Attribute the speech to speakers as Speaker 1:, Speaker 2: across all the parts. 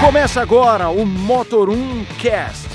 Speaker 1: Começa agora o Motor 1 Cast.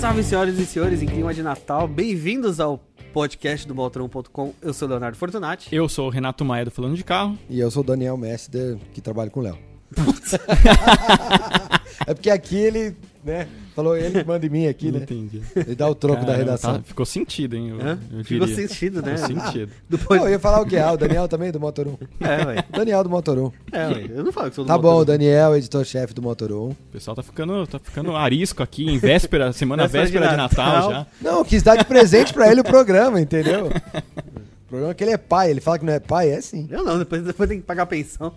Speaker 2: Salve senhoras e senhores em clima de Natal, bem-vindos ao podcast do Motor1.com. Eu sou o Leonardo Fortunati.
Speaker 3: Eu sou o Renato Maia do Falando de Carro.
Speaker 4: E eu sou o Daniel Messner, que trabalha com o Léo. é porque aqui ele, né? Falou, ele manda em mim aqui, né?
Speaker 3: Entendi.
Speaker 4: Ele dá o troco da redação.
Speaker 3: tá, ficou sentido, hein? Eu,
Speaker 2: Hã?
Speaker 3: eu
Speaker 2: Ficou
Speaker 3: diria.
Speaker 2: sentido, né?
Speaker 3: Ficou sentido.
Speaker 2: Do
Speaker 4: Pô,
Speaker 2: pod...
Speaker 4: eu ia falar o quê? Ah, o Daniel também do Motor 1.
Speaker 2: É, ué.
Speaker 4: Daniel do Motor 1.
Speaker 2: É, ué. Eu não falo que sou do
Speaker 4: Tá bom, o
Speaker 2: Motor1.
Speaker 4: Daniel, editor-chefe do Motor 1.
Speaker 3: O pessoal tá ficando, tá ficando arisco aqui em véspera, semana
Speaker 2: Véspera de
Speaker 3: véspera de Natal,
Speaker 2: Natal.
Speaker 3: já.
Speaker 4: Não, eu quis dar de presente pra ele o programa, entendeu? O problema é que ele é pai, ele fala que não é pai, é sim.
Speaker 2: Eu não, depois, depois tem que pagar pensão.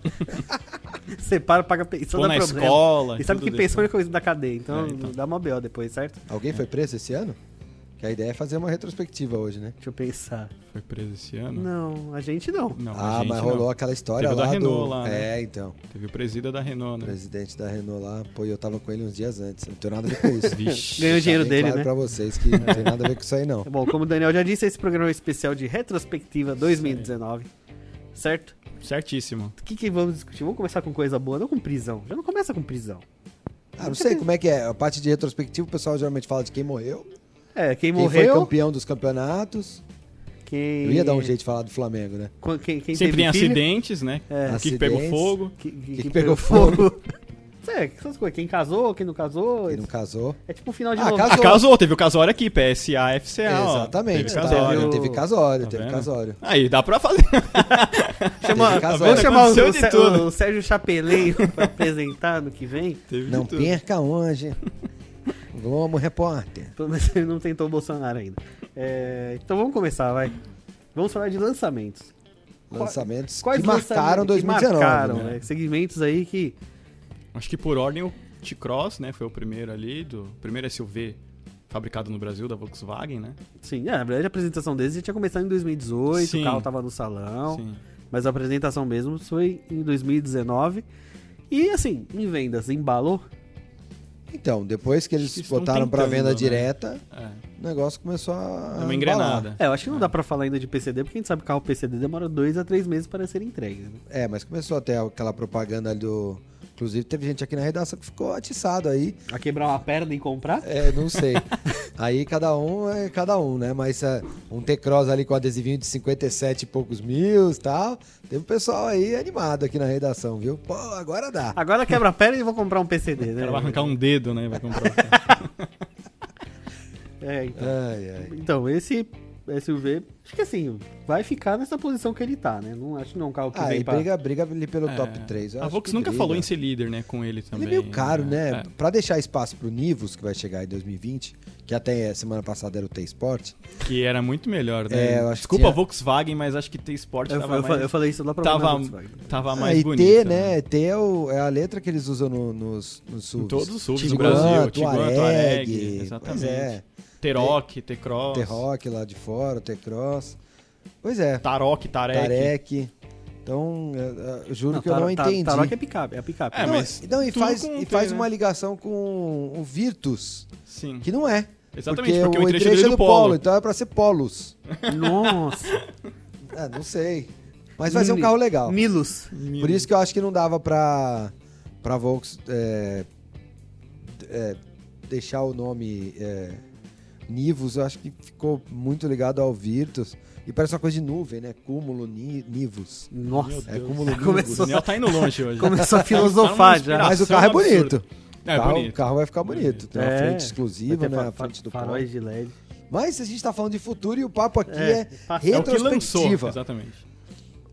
Speaker 2: Separa, paga pensão,
Speaker 3: Ou
Speaker 2: dá
Speaker 3: na
Speaker 2: problema.
Speaker 3: escola.
Speaker 2: E sabe que
Speaker 3: tudo
Speaker 2: pensão é coisa da cadeia, então,
Speaker 3: É, então.
Speaker 2: dá uma BO depois, certo?
Speaker 4: Alguém foi preso esse ano? Que a ideia é fazer uma retrospectiva hoje, né?
Speaker 2: Deixa eu pensar.
Speaker 3: depois. Foi preso esse ano?
Speaker 2: Não, a gente não.
Speaker 3: Não, a
Speaker 4: ah,
Speaker 3: gente
Speaker 4: mas
Speaker 3: não.
Speaker 4: rolou aquela história
Speaker 3: Teve o da
Speaker 4: lá do...
Speaker 3: Renault lá, né?
Speaker 4: É, então.
Speaker 3: Teve o presida da Renault,
Speaker 4: O
Speaker 3: né?
Speaker 4: presidente da Renault lá, pô, e eu tava com ele uns dias antes. Não tem nada a ver com isso.
Speaker 3: Vixe.
Speaker 2: Ganhou
Speaker 4: Deixar
Speaker 2: dinheiro
Speaker 4: bem
Speaker 2: dele,
Speaker 4: claro
Speaker 2: né?
Speaker 4: pra vocês que não tem nada a ver com isso aí, não.
Speaker 2: Tá Bom, como o Daniel já disse, esse programa é um especial de retrospectiva 2019, certo?
Speaker 3: Certíssimo.
Speaker 2: O que, que vamos discutir? Vamos começar com coisa boa, não com prisão. Já não começa com prisão.
Speaker 4: Ah, não sei como é que é. A parte de retrospectiva, o pessoal geralmente fala de quem morreu,
Speaker 2: É, quem,
Speaker 4: quem
Speaker 2: morreu.
Speaker 4: foi campeão dos campeonatos.
Speaker 2: Quem...
Speaker 4: Eu ia dar um jeito de falar do Flamengo, né?
Speaker 2: Qu- Quem, quem
Speaker 3: Sempre tem
Speaker 2: teve filho,
Speaker 3: acidentes, né?
Speaker 2: É.
Speaker 3: O que pegou
Speaker 4: Acidentes.
Speaker 3: fogo.
Speaker 2: que- que-
Speaker 4: que
Speaker 2: quem
Speaker 4: pegou
Speaker 2: é, que essas coisas. Quem casou, quem não casou.
Speaker 4: Quem não casou.
Speaker 2: É tipo o final de
Speaker 4: Ah,
Speaker 2: novela.
Speaker 3: Ah, casou. Teve o casório aqui, PSA, FCA. É, ó.
Speaker 4: Exatamente.
Speaker 3: Teve
Speaker 4: Tá
Speaker 3: casório.
Speaker 4: vendo?
Speaker 2: Teve
Speaker 4: Teve
Speaker 2: o-
Speaker 4: casório,
Speaker 3: Tá
Speaker 4: teve
Speaker 3: vendo?
Speaker 4: casório.
Speaker 3: Aí, dá pra fazer.
Speaker 2: Chama-
Speaker 4: casório.
Speaker 2: Vamos chamar o,
Speaker 3: Aconteceu
Speaker 2: o
Speaker 3: de
Speaker 2: Sé-
Speaker 3: tudo.
Speaker 2: o Sérgio Chapeleiro pra apresentar no que vem.
Speaker 3: Teve de
Speaker 4: Não
Speaker 3: tudo.
Speaker 4: perca hoje. Vamos, repórter.
Speaker 2: Pelo menos ele não tentou o Bolsonaro ainda. É, então vamos começar, vai. Vamos falar de lançamentos.
Speaker 4: Lançamentos
Speaker 2: Quais
Speaker 4: que marcaram
Speaker 2: lançamentos que
Speaker 4: 2019.
Speaker 2: marcaram,
Speaker 4: né?
Speaker 2: né? Segmentos aí que.
Speaker 3: Acho que por ordem o T-Cross, né? Foi o primeiro ali, do o primeiro SUV fabricado no Brasil, da Volkswagen, né?
Speaker 2: Sim, é, na verdade a apresentação deles já tinha começado em 2018, o
Speaker 3: Sim.
Speaker 2: carro tava no
Speaker 4: Então,
Speaker 2: salão.
Speaker 3: Sim.
Speaker 2: Mas a apresentação mesmo foi em 2019. E assim, em vendas, embalou.
Speaker 4: Então, depois que eles
Speaker 3: Acho que estão
Speaker 4: botaram pra
Speaker 3: tentando,
Speaker 4: venda
Speaker 3: né?
Speaker 4: direta,
Speaker 3: É,
Speaker 4: o negócio começou a.
Speaker 3: deu uma
Speaker 4: embalar.
Speaker 3: engrenada.
Speaker 2: É, eu acho que não dá pra falar ainda de PCD, porque a gente sabe que carro PCD demora dois a três meses para ser entregue. né?
Speaker 4: É, mas começou até aquela propaganda ali do. Inclusive, teve gente aqui na redação que ficou atiçado aí.
Speaker 2: A quebrar uma perna e comprar?
Speaker 4: É, não sei. aí cada um é cada um, né? Mas é, um T-Cross ali com adesivinho de 57 e poucos mil e tal. Teve um pessoal aí animado aqui na redação, viu? Pô, agora dá.
Speaker 2: Agora quebra a perna e vou comprar um PCD, né?
Speaker 3: Ela vai arrancar um dedo, né? Vai comprar.
Speaker 2: É, então.
Speaker 4: Ai, ai.
Speaker 2: Então, esse SUV, acho que assim, vai ficar nessa posição que ele tá, né? Não, acho que não é um carro que
Speaker 4: Ah,
Speaker 2: vem
Speaker 4: e
Speaker 2: pra...
Speaker 4: briga, briga ali pelo
Speaker 3: É,
Speaker 4: top 3.
Speaker 3: A Volks nunca falou em ser líder, né? Com ele
Speaker 4: Ele
Speaker 3: também.
Speaker 4: é meio caro, né?
Speaker 3: É.
Speaker 4: Pra deixar espaço pro Nivus, que vai chegar em 2020, que até semana passada era o T-Sport.
Speaker 3: É, Que era muito melhor, né?
Speaker 4: É, eu acho que
Speaker 3: Desculpa
Speaker 4: tinha-
Speaker 3: a Volkswagen, mas acho que ter esporte
Speaker 2: Eu,
Speaker 3: tava
Speaker 2: eu-
Speaker 3: mais...
Speaker 2: eu falei isso lá pra
Speaker 3: tava,
Speaker 2: Volkswagen.
Speaker 3: tava
Speaker 4: Ah,
Speaker 3: mais
Speaker 4: e
Speaker 3: bonito.
Speaker 4: T, né? ET é, o- é a letra que eles usam no- nos, nos
Speaker 3: Em
Speaker 4: subs.
Speaker 3: todos os subs do
Speaker 4: Tiguan,
Speaker 3: Brasil. é Tiguan,
Speaker 4: Tuareg,
Speaker 3: Tuareg.
Speaker 4: pois
Speaker 3: Exatamente.
Speaker 4: é.
Speaker 3: T-Rock, T-Cross.
Speaker 4: T-Rock lá de fora, o T-Cross. Pois é,
Speaker 3: Tarok, Tarek.
Speaker 4: Tarek. Então, eu, eu juro
Speaker 2: Não,
Speaker 4: que eu
Speaker 2: Taro-
Speaker 4: não
Speaker 2: Taro-
Speaker 4: entendi.
Speaker 2: Taroque é picape, é picape.
Speaker 3: É,
Speaker 4: não,
Speaker 3: mas
Speaker 4: não, e
Speaker 3: tudo
Speaker 4: faz,
Speaker 3: com
Speaker 4: e
Speaker 3: T,
Speaker 4: faz
Speaker 3: né?
Speaker 4: uma ligação com o Virtus,
Speaker 3: Sim.
Speaker 4: que não é.
Speaker 3: Exatamente, porque, o trecho
Speaker 4: Entrecho
Speaker 3: é do Polo.
Speaker 4: então é pra ser Polos.
Speaker 2: Nossa,
Speaker 4: Ah, não sei. Mas vai ser um
Speaker 2: Ni-
Speaker 4: carro legal.
Speaker 2: Milos.
Speaker 4: Por isso que eu acho que não dava pra, pra Volks é, é, deixar o nome é, Nivus, eu acho que ficou muito ligado ao Virtus. E parece uma coisa de nuvem, né? Cúmulo ni, Nivus.
Speaker 3: Meu
Speaker 2: Nossa,
Speaker 4: É
Speaker 3: Deus.
Speaker 4: cúmulo Nivus.
Speaker 2: Começou.
Speaker 3: O Daniel tá indo longe hoje.
Speaker 2: começou a
Speaker 3: Tá uma
Speaker 2: filosofar já.
Speaker 3: inspiração.
Speaker 4: Mas o carro é
Speaker 3: absurda.
Speaker 4: bonito.
Speaker 3: É,
Speaker 4: o, carro, o
Speaker 3: bonito.
Speaker 4: carro vai ficar bonito. Tem uma
Speaker 2: É.
Speaker 4: frente
Speaker 2: Vai
Speaker 4: exclusiva,
Speaker 2: ter
Speaker 4: né? A
Speaker 2: fa-
Speaker 4: frente do polo.
Speaker 2: faróis de LED.
Speaker 4: Mas a gente tá falando de futuro e o papo aqui
Speaker 2: É,
Speaker 4: é,
Speaker 2: passa-
Speaker 3: É o que lançou,
Speaker 4: retrospectiva.
Speaker 3: exatamente.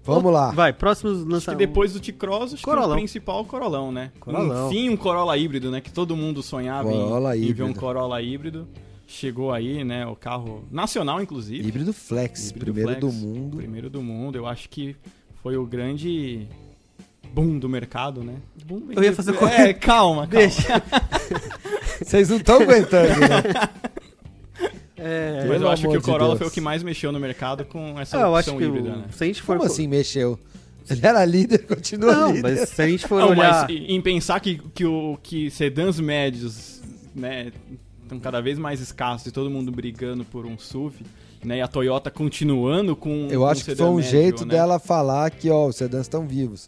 Speaker 4: Vamos lá.
Speaker 2: Vai, próximos
Speaker 3: Acho que
Speaker 2: lançamentos.
Speaker 3: depois do T-Cross, acho que o
Speaker 2: Então, Corolão.
Speaker 3: principal é o Corolão, né?
Speaker 2: Corolão.
Speaker 3: Enfim, um Corolla híbrido, né? Que todo mundo sonhava
Speaker 4: Corolla
Speaker 3: em, em ver um
Speaker 4: híbrido.
Speaker 3: Corolla híbrido. Chegou aí, né? O carro nacional, inclusive.
Speaker 4: Híbrido Flex,
Speaker 3: Híbrido flex,
Speaker 4: primeiro do mundo.
Speaker 3: Primeiro do mundo. Eu acho que foi o grande boom do mercado, né? Boom,
Speaker 2: Eu ia fazer
Speaker 3: É,
Speaker 2: qualquer-
Speaker 3: calma, calma.
Speaker 2: Deixa.
Speaker 4: Vocês não estão aguentando, né?
Speaker 2: É,
Speaker 3: Mas eu
Speaker 4: Pelo
Speaker 3: acho que
Speaker 4: amor
Speaker 3: o
Speaker 4: de
Speaker 3: Corolla
Speaker 4: Deus.
Speaker 3: foi o que mais mexeu no mercado com essa
Speaker 2: ah, eu acho
Speaker 3: opção
Speaker 2: que o-
Speaker 3: híbrida, né?
Speaker 2: se a gente for...
Speaker 4: Como assim mexeu? Ele era líder, continua
Speaker 2: Não,
Speaker 4: líder.
Speaker 2: mas se a gente for
Speaker 3: Não,
Speaker 2: olhar...
Speaker 3: mas em em pensar que, que, o, que sedãs médios, né, estão cada vez mais escassos e todo mundo brigando por um SUV, né? E a Toyota continuando com
Speaker 4: Eu
Speaker 3: com
Speaker 4: acho
Speaker 3: um
Speaker 4: que
Speaker 3: sedã
Speaker 4: foi um
Speaker 3: médio,
Speaker 4: jeito
Speaker 3: né?
Speaker 4: dela falar que, ó, os sedãs estão vivos.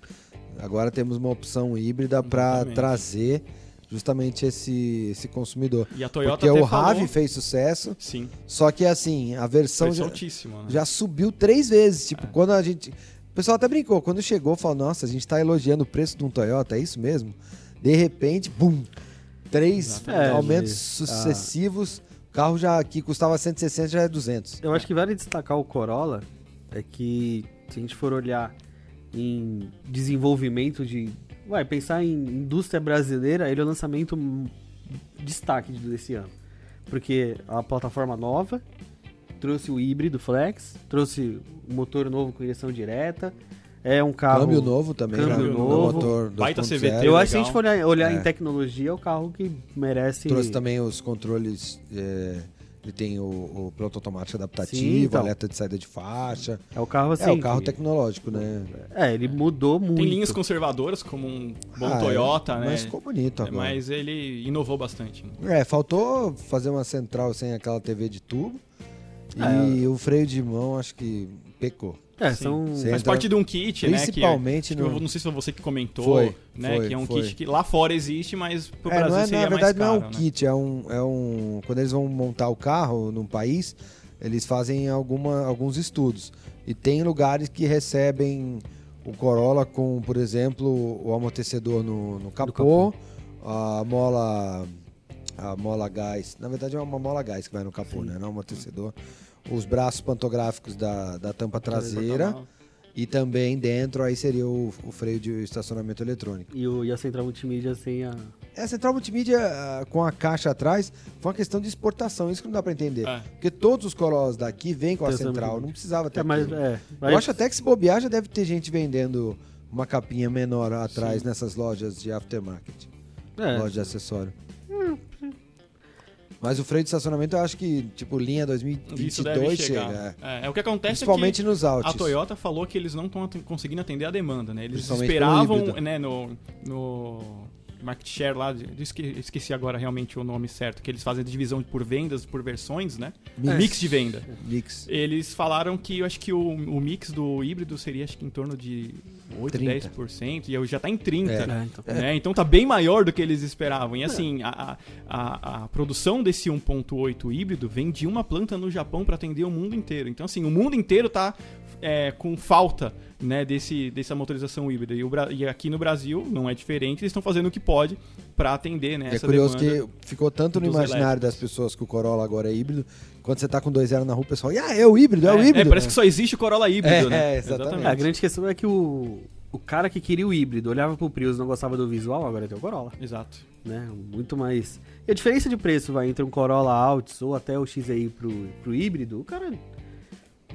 Speaker 4: Agora temos uma opção híbrida para
Speaker 3: Exatamente.
Speaker 4: trazer justamente esse, esse consumidor.
Speaker 3: E a Toyota
Speaker 4: Porque
Speaker 3: até
Speaker 4: o
Speaker 3: falou-
Speaker 4: RAV fez sucesso,
Speaker 3: Sim,
Speaker 4: só que assim, a versão
Speaker 3: preço
Speaker 4: já,
Speaker 3: altíssimo, né?
Speaker 4: já subiu três vezes. Tipo,
Speaker 2: É.
Speaker 4: quando a gente. O pessoal até brincou, quando chegou, falou: Nossa, a gente tá elogiando o preço de um Toyota, é isso mesmo? De repente, bum! Três
Speaker 2: Exatamente.
Speaker 4: aumentos
Speaker 2: É,
Speaker 4: sucessivos. O carro já que custava 160 já é 200.
Speaker 2: Eu acho que vale destacar o Corolla é que se a gente for olhar em desenvolvimento de, vai pensar em indústria brasileira, ele é o lançamento hum, destaque desse ano, porque a plataforma nova trouxe o híbrido flex, trouxe o motor novo com injeção direta, é um carro
Speaker 4: Câmbio novo é também,
Speaker 2: Câmbio
Speaker 4: já,
Speaker 2: novo.
Speaker 4: motor
Speaker 3: Baita
Speaker 4: 2.0.
Speaker 3: CVT,
Speaker 2: Eu
Speaker 3: legal.
Speaker 2: acho que se a gente for olhar, olhar em tecnologia, é o carro que merece
Speaker 4: Trouxe também os controles. é, ele tem o, o piloto automático adaptativo,
Speaker 2: Sim, então.
Speaker 4: alerta de saída de faixa.
Speaker 2: é o carro assim.
Speaker 4: é o carro
Speaker 2: que-
Speaker 4: tecnológico, né?
Speaker 2: É, ele mudou muito.
Speaker 3: Tem linhas conservadoras, como um bom
Speaker 4: Ah,
Speaker 3: Toyota, né?
Speaker 4: Mas tá ficou bonito
Speaker 3: É,
Speaker 4: agora.
Speaker 3: Mas ele inovou bastante. né?
Speaker 4: É, faltou fazer uma central sem aquela TV de tubo. E o freio de mão, acho que pecou.
Speaker 2: É,
Speaker 3: Sim.
Speaker 2: são
Speaker 4: Sim.
Speaker 3: Faz
Speaker 4: Então,
Speaker 3: parte de um kit, né? que-
Speaker 4: principalmente
Speaker 3: que eu
Speaker 4: no-
Speaker 3: não sei se foi você que comentou,
Speaker 4: Foi,
Speaker 3: né?
Speaker 4: foi,
Speaker 3: que é um
Speaker 4: foi.
Speaker 3: kit que lá fora existe, mas pro
Speaker 4: É,
Speaker 3: Brasil
Speaker 4: não é,
Speaker 3: seria
Speaker 4: na verdade,
Speaker 3: mais caro,
Speaker 4: não é um
Speaker 3: né?
Speaker 4: kit, é um, é um. Quando eles vão montar o carro num país, eles fazem alguma, alguns estudos. E tem lugares que recebem o Corolla com, por exemplo, o amortecedor no, no capô, a mola. A mola gás. Na verdade, é uma mola gás que vai no capô, né? Não é um amortecedor. Os braços pantográficos da, da tampa
Speaker 3: Tá
Speaker 4: traseira. E também dentro aí seria o, o freio de estacionamento eletrônico.
Speaker 2: E, o, e a central multimídia sem a.
Speaker 4: É, a central multimídia ah, com a caixa atrás foi uma questão de exportação, isso que não dá pra entender.
Speaker 3: É.
Speaker 4: Porque todos os Corollas daqui vêm com a
Speaker 2: Tem essa
Speaker 4: central,
Speaker 2: multimídia.
Speaker 4: não precisava ter.
Speaker 2: É, mas,
Speaker 4: aquilo.
Speaker 2: é, mas
Speaker 4: Eu acho até que se bobear já deve ter gente vendendo uma capinha menor atrás nessas lojas de aftermarket,
Speaker 2: é, Hum,
Speaker 4: loja de acessório. Mas o freio de estacionamento eu acho que, tipo, linha
Speaker 3: Isso deve
Speaker 4: 2022
Speaker 3: chegar.
Speaker 4: chega. é.
Speaker 3: É, é, o que acontece
Speaker 4: Principalmente
Speaker 3: é que
Speaker 4: nos Altis.
Speaker 3: a Toyota falou que eles não estão conseguindo atender a demanda, né? Eles
Speaker 4: Principalmente no
Speaker 3: esperavam,
Speaker 4: híbrido.
Speaker 3: né, no, no market share lá, de- eu esque- esqueci agora realmente o nome certo, que eles fazem divisão por vendas, por versões, né?
Speaker 4: Mix.
Speaker 3: Mix de venda.
Speaker 4: Mix.
Speaker 3: Eles falaram que eu acho que o, o mix do híbrido seria acho que em torno de 8,
Speaker 4: 30.
Speaker 3: 10%, e eu já tá em 30%.
Speaker 4: É.
Speaker 2: é, então.
Speaker 3: né? Então tá bem maior do que eles esperavam. E assim, a, a, a- a produção desse 1.8 híbrido vem de uma planta no Japão para atender o mundo inteiro. Então assim, o mundo inteiro tá é, com falta né, desse, dessa motorização híbrida. E, o Bra- e aqui no Brasil não é diferente, eles estão fazendo o que pode para atender né,
Speaker 4: E é
Speaker 3: essa
Speaker 4: curioso
Speaker 3: demanda.
Speaker 4: que ficou tanto no
Speaker 3: dos
Speaker 4: imaginário
Speaker 3: elétricos.
Speaker 4: das pessoas que o Corolla agora é híbrido. Quando você tá com 2.0 na rua, o pessoal, ah, é o híbrido, é, o híbrido.
Speaker 3: é, parece que só existe o Corolla híbrido,
Speaker 4: É,
Speaker 3: né?
Speaker 4: é, exatamente.
Speaker 2: É, a grande questão é que o, o cara que queria o híbrido olhava pro Prius e não gostava do visual, agora tem o Corolla,
Speaker 3: Exato.
Speaker 2: né? Muito mais. E a diferença de preço vai entre um Corolla Altis ou até o XEI pro, pro híbrido, o cara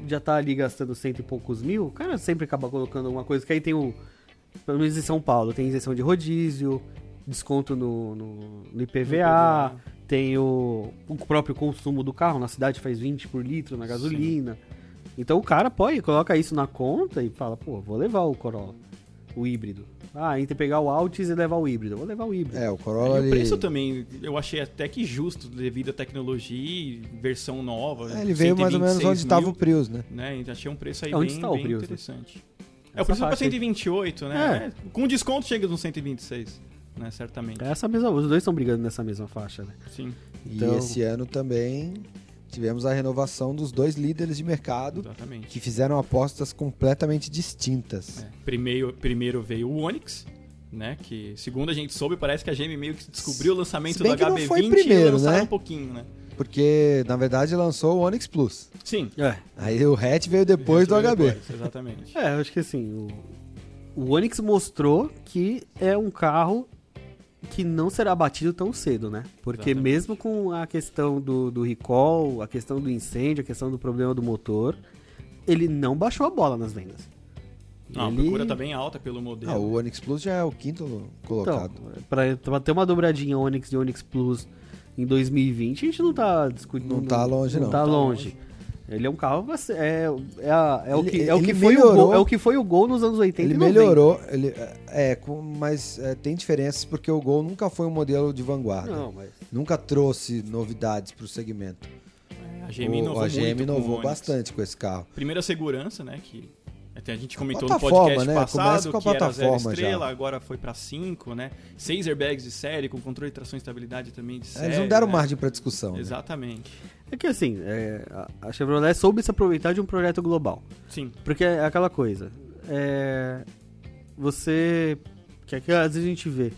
Speaker 2: já tá ali gastando cento e poucos mil, o cara sempre acaba colocando alguma coisa, que aí tem o. Pelo menos em São Paulo, tem isenção de rodízio, desconto no, no, no IPVA. tem o, o próprio consumo do carro, na cidade faz 20 por litro na gasolina. Então o cara pode, coloca isso na conta e fala, pô, vou levar o Corolla, o híbrido. Ah, entre pegar o Altis e levar o híbrido, eu vou levar o híbrido.
Speaker 4: É, o Corolla
Speaker 3: E o
Speaker 4: ele,
Speaker 3: preço tá- também, eu achei até que justo, devido à tecnologia e versão nova.
Speaker 4: É, ele veio mais ou menos
Speaker 3: 126
Speaker 4: onde estava
Speaker 3: mil,
Speaker 4: o Prius, né?
Speaker 3: Né? e Achei um preço aí
Speaker 2: É, onde
Speaker 3: bem,
Speaker 4: tá
Speaker 2: está o
Speaker 3: bem
Speaker 2: Prius?
Speaker 3: interessante. É, o
Speaker 2: Essa
Speaker 3: preço foi pra
Speaker 2: faixa aí.
Speaker 3: 128, né? É, Com desconto chega nos 126, né? Certamente.
Speaker 2: É Essa mesma, os dois estão brigando nessa mesma faixa, né?
Speaker 3: Sim.
Speaker 2: Então-
Speaker 4: E esse ano também tivemos a renovação dos dois líderes de mercado
Speaker 3: Exatamente.
Speaker 4: que fizeram apostas completamente distintas.
Speaker 3: É, Primeiro, primeiro veio o Onix, né? Que, segundo a gente soube, parece que a GM meio que descobriu o lançamento
Speaker 4: Se bem
Speaker 3: do
Speaker 4: que não
Speaker 3: HB20
Speaker 4: foi
Speaker 3: e
Speaker 4: primeiro,
Speaker 3: lançaram
Speaker 4: né?
Speaker 3: um pouquinho, né?
Speaker 4: Porque, na verdade, lançou o Onix Plus.
Speaker 3: Sim.
Speaker 2: É,
Speaker 4: Aí o hatch veio depois do HB.
Speaker 3: Depois, exatamente.
Speaker 2: é eu acho que assim, o, o Onix mostrou que é um carro que não será batido tão cedo, né? Porque
Speaker 3: Exatamente.
Speaker 2: mesmo com a questão do, do recall, a questão do incêndio, a questão do problema do motor, ele não baixou a bola nas vendas.
Speaker 3: Não,
Speaker 2: Ele-
Speaker 3: A procura tá bem alta pelo modelo.
Speaker 4: Ah, o Onix Plus já é o quinto
Speaker 2: Então,
Speaker 4: colocado.
Speaker 2: pra, pra ter uma dobradinha Onix e Onix Plus em 2020, a gente não tá discutindo.
Speaker 4: Não tá longe, não.
Speaker 2: tá
Speaker 4: Tá
Speaker 2: longe. Ele é um carro. assim, É, é, a- é o,
Speaker 4: Ele-
Speaker 2: que, é, o
Speaker 4: ele
Speaker 2: que foi o
Speaker 4: melhorou.
Speaker 2: gol, é o que foi o gol nos anos 80
Speaker 4: Ele
Speaker 2: e 90.
Speaker 4: melhorou, ele, é, com, mas é, tem diferenças porque o Gol nunca foi um modelo de vanguarda.
Speaker 2: Não, mas.
Speaker 4: Nunca trouxe novidades para o segmento.
Speaker 3: A GM
Speaker 4: o,
Speaker 3: inovou,
Speaker 4: a GM
Speaker 3: muito com o
Speaker 4: inovou
Speaker 3: Onix.
Speaker 4: bastante com esse carro.
Speaker 3: Primeira segurança, né? Que até a gente comentou no
Speaker 4: plataforma,
Speaker 3: podcast
Speaker 4: né? Começa
Speaker 3: passado,
Speaker 4: com a
Speaker 3: que era zero
Speaker 4: plataforma
Speaker 3: estrela,
Speaker 4: já.
Speaker 3: agora foi pra cinco, né? Seis airbags de série, com controle de tração e estabilidade também de série.
Speaker 4: Eles não deram
Speaker 3: né?
Speaker 4: margem para discussão. né?
Speaker 3: Exatamente.
Speaker 2: É que assim, é, a- a Chevrolet soube se aproveitar de um projeto global.
Speaker 3: Sim.
Speaker 2: Porque é aquela coisa. É, você. Que aqui às vezes a gente vê.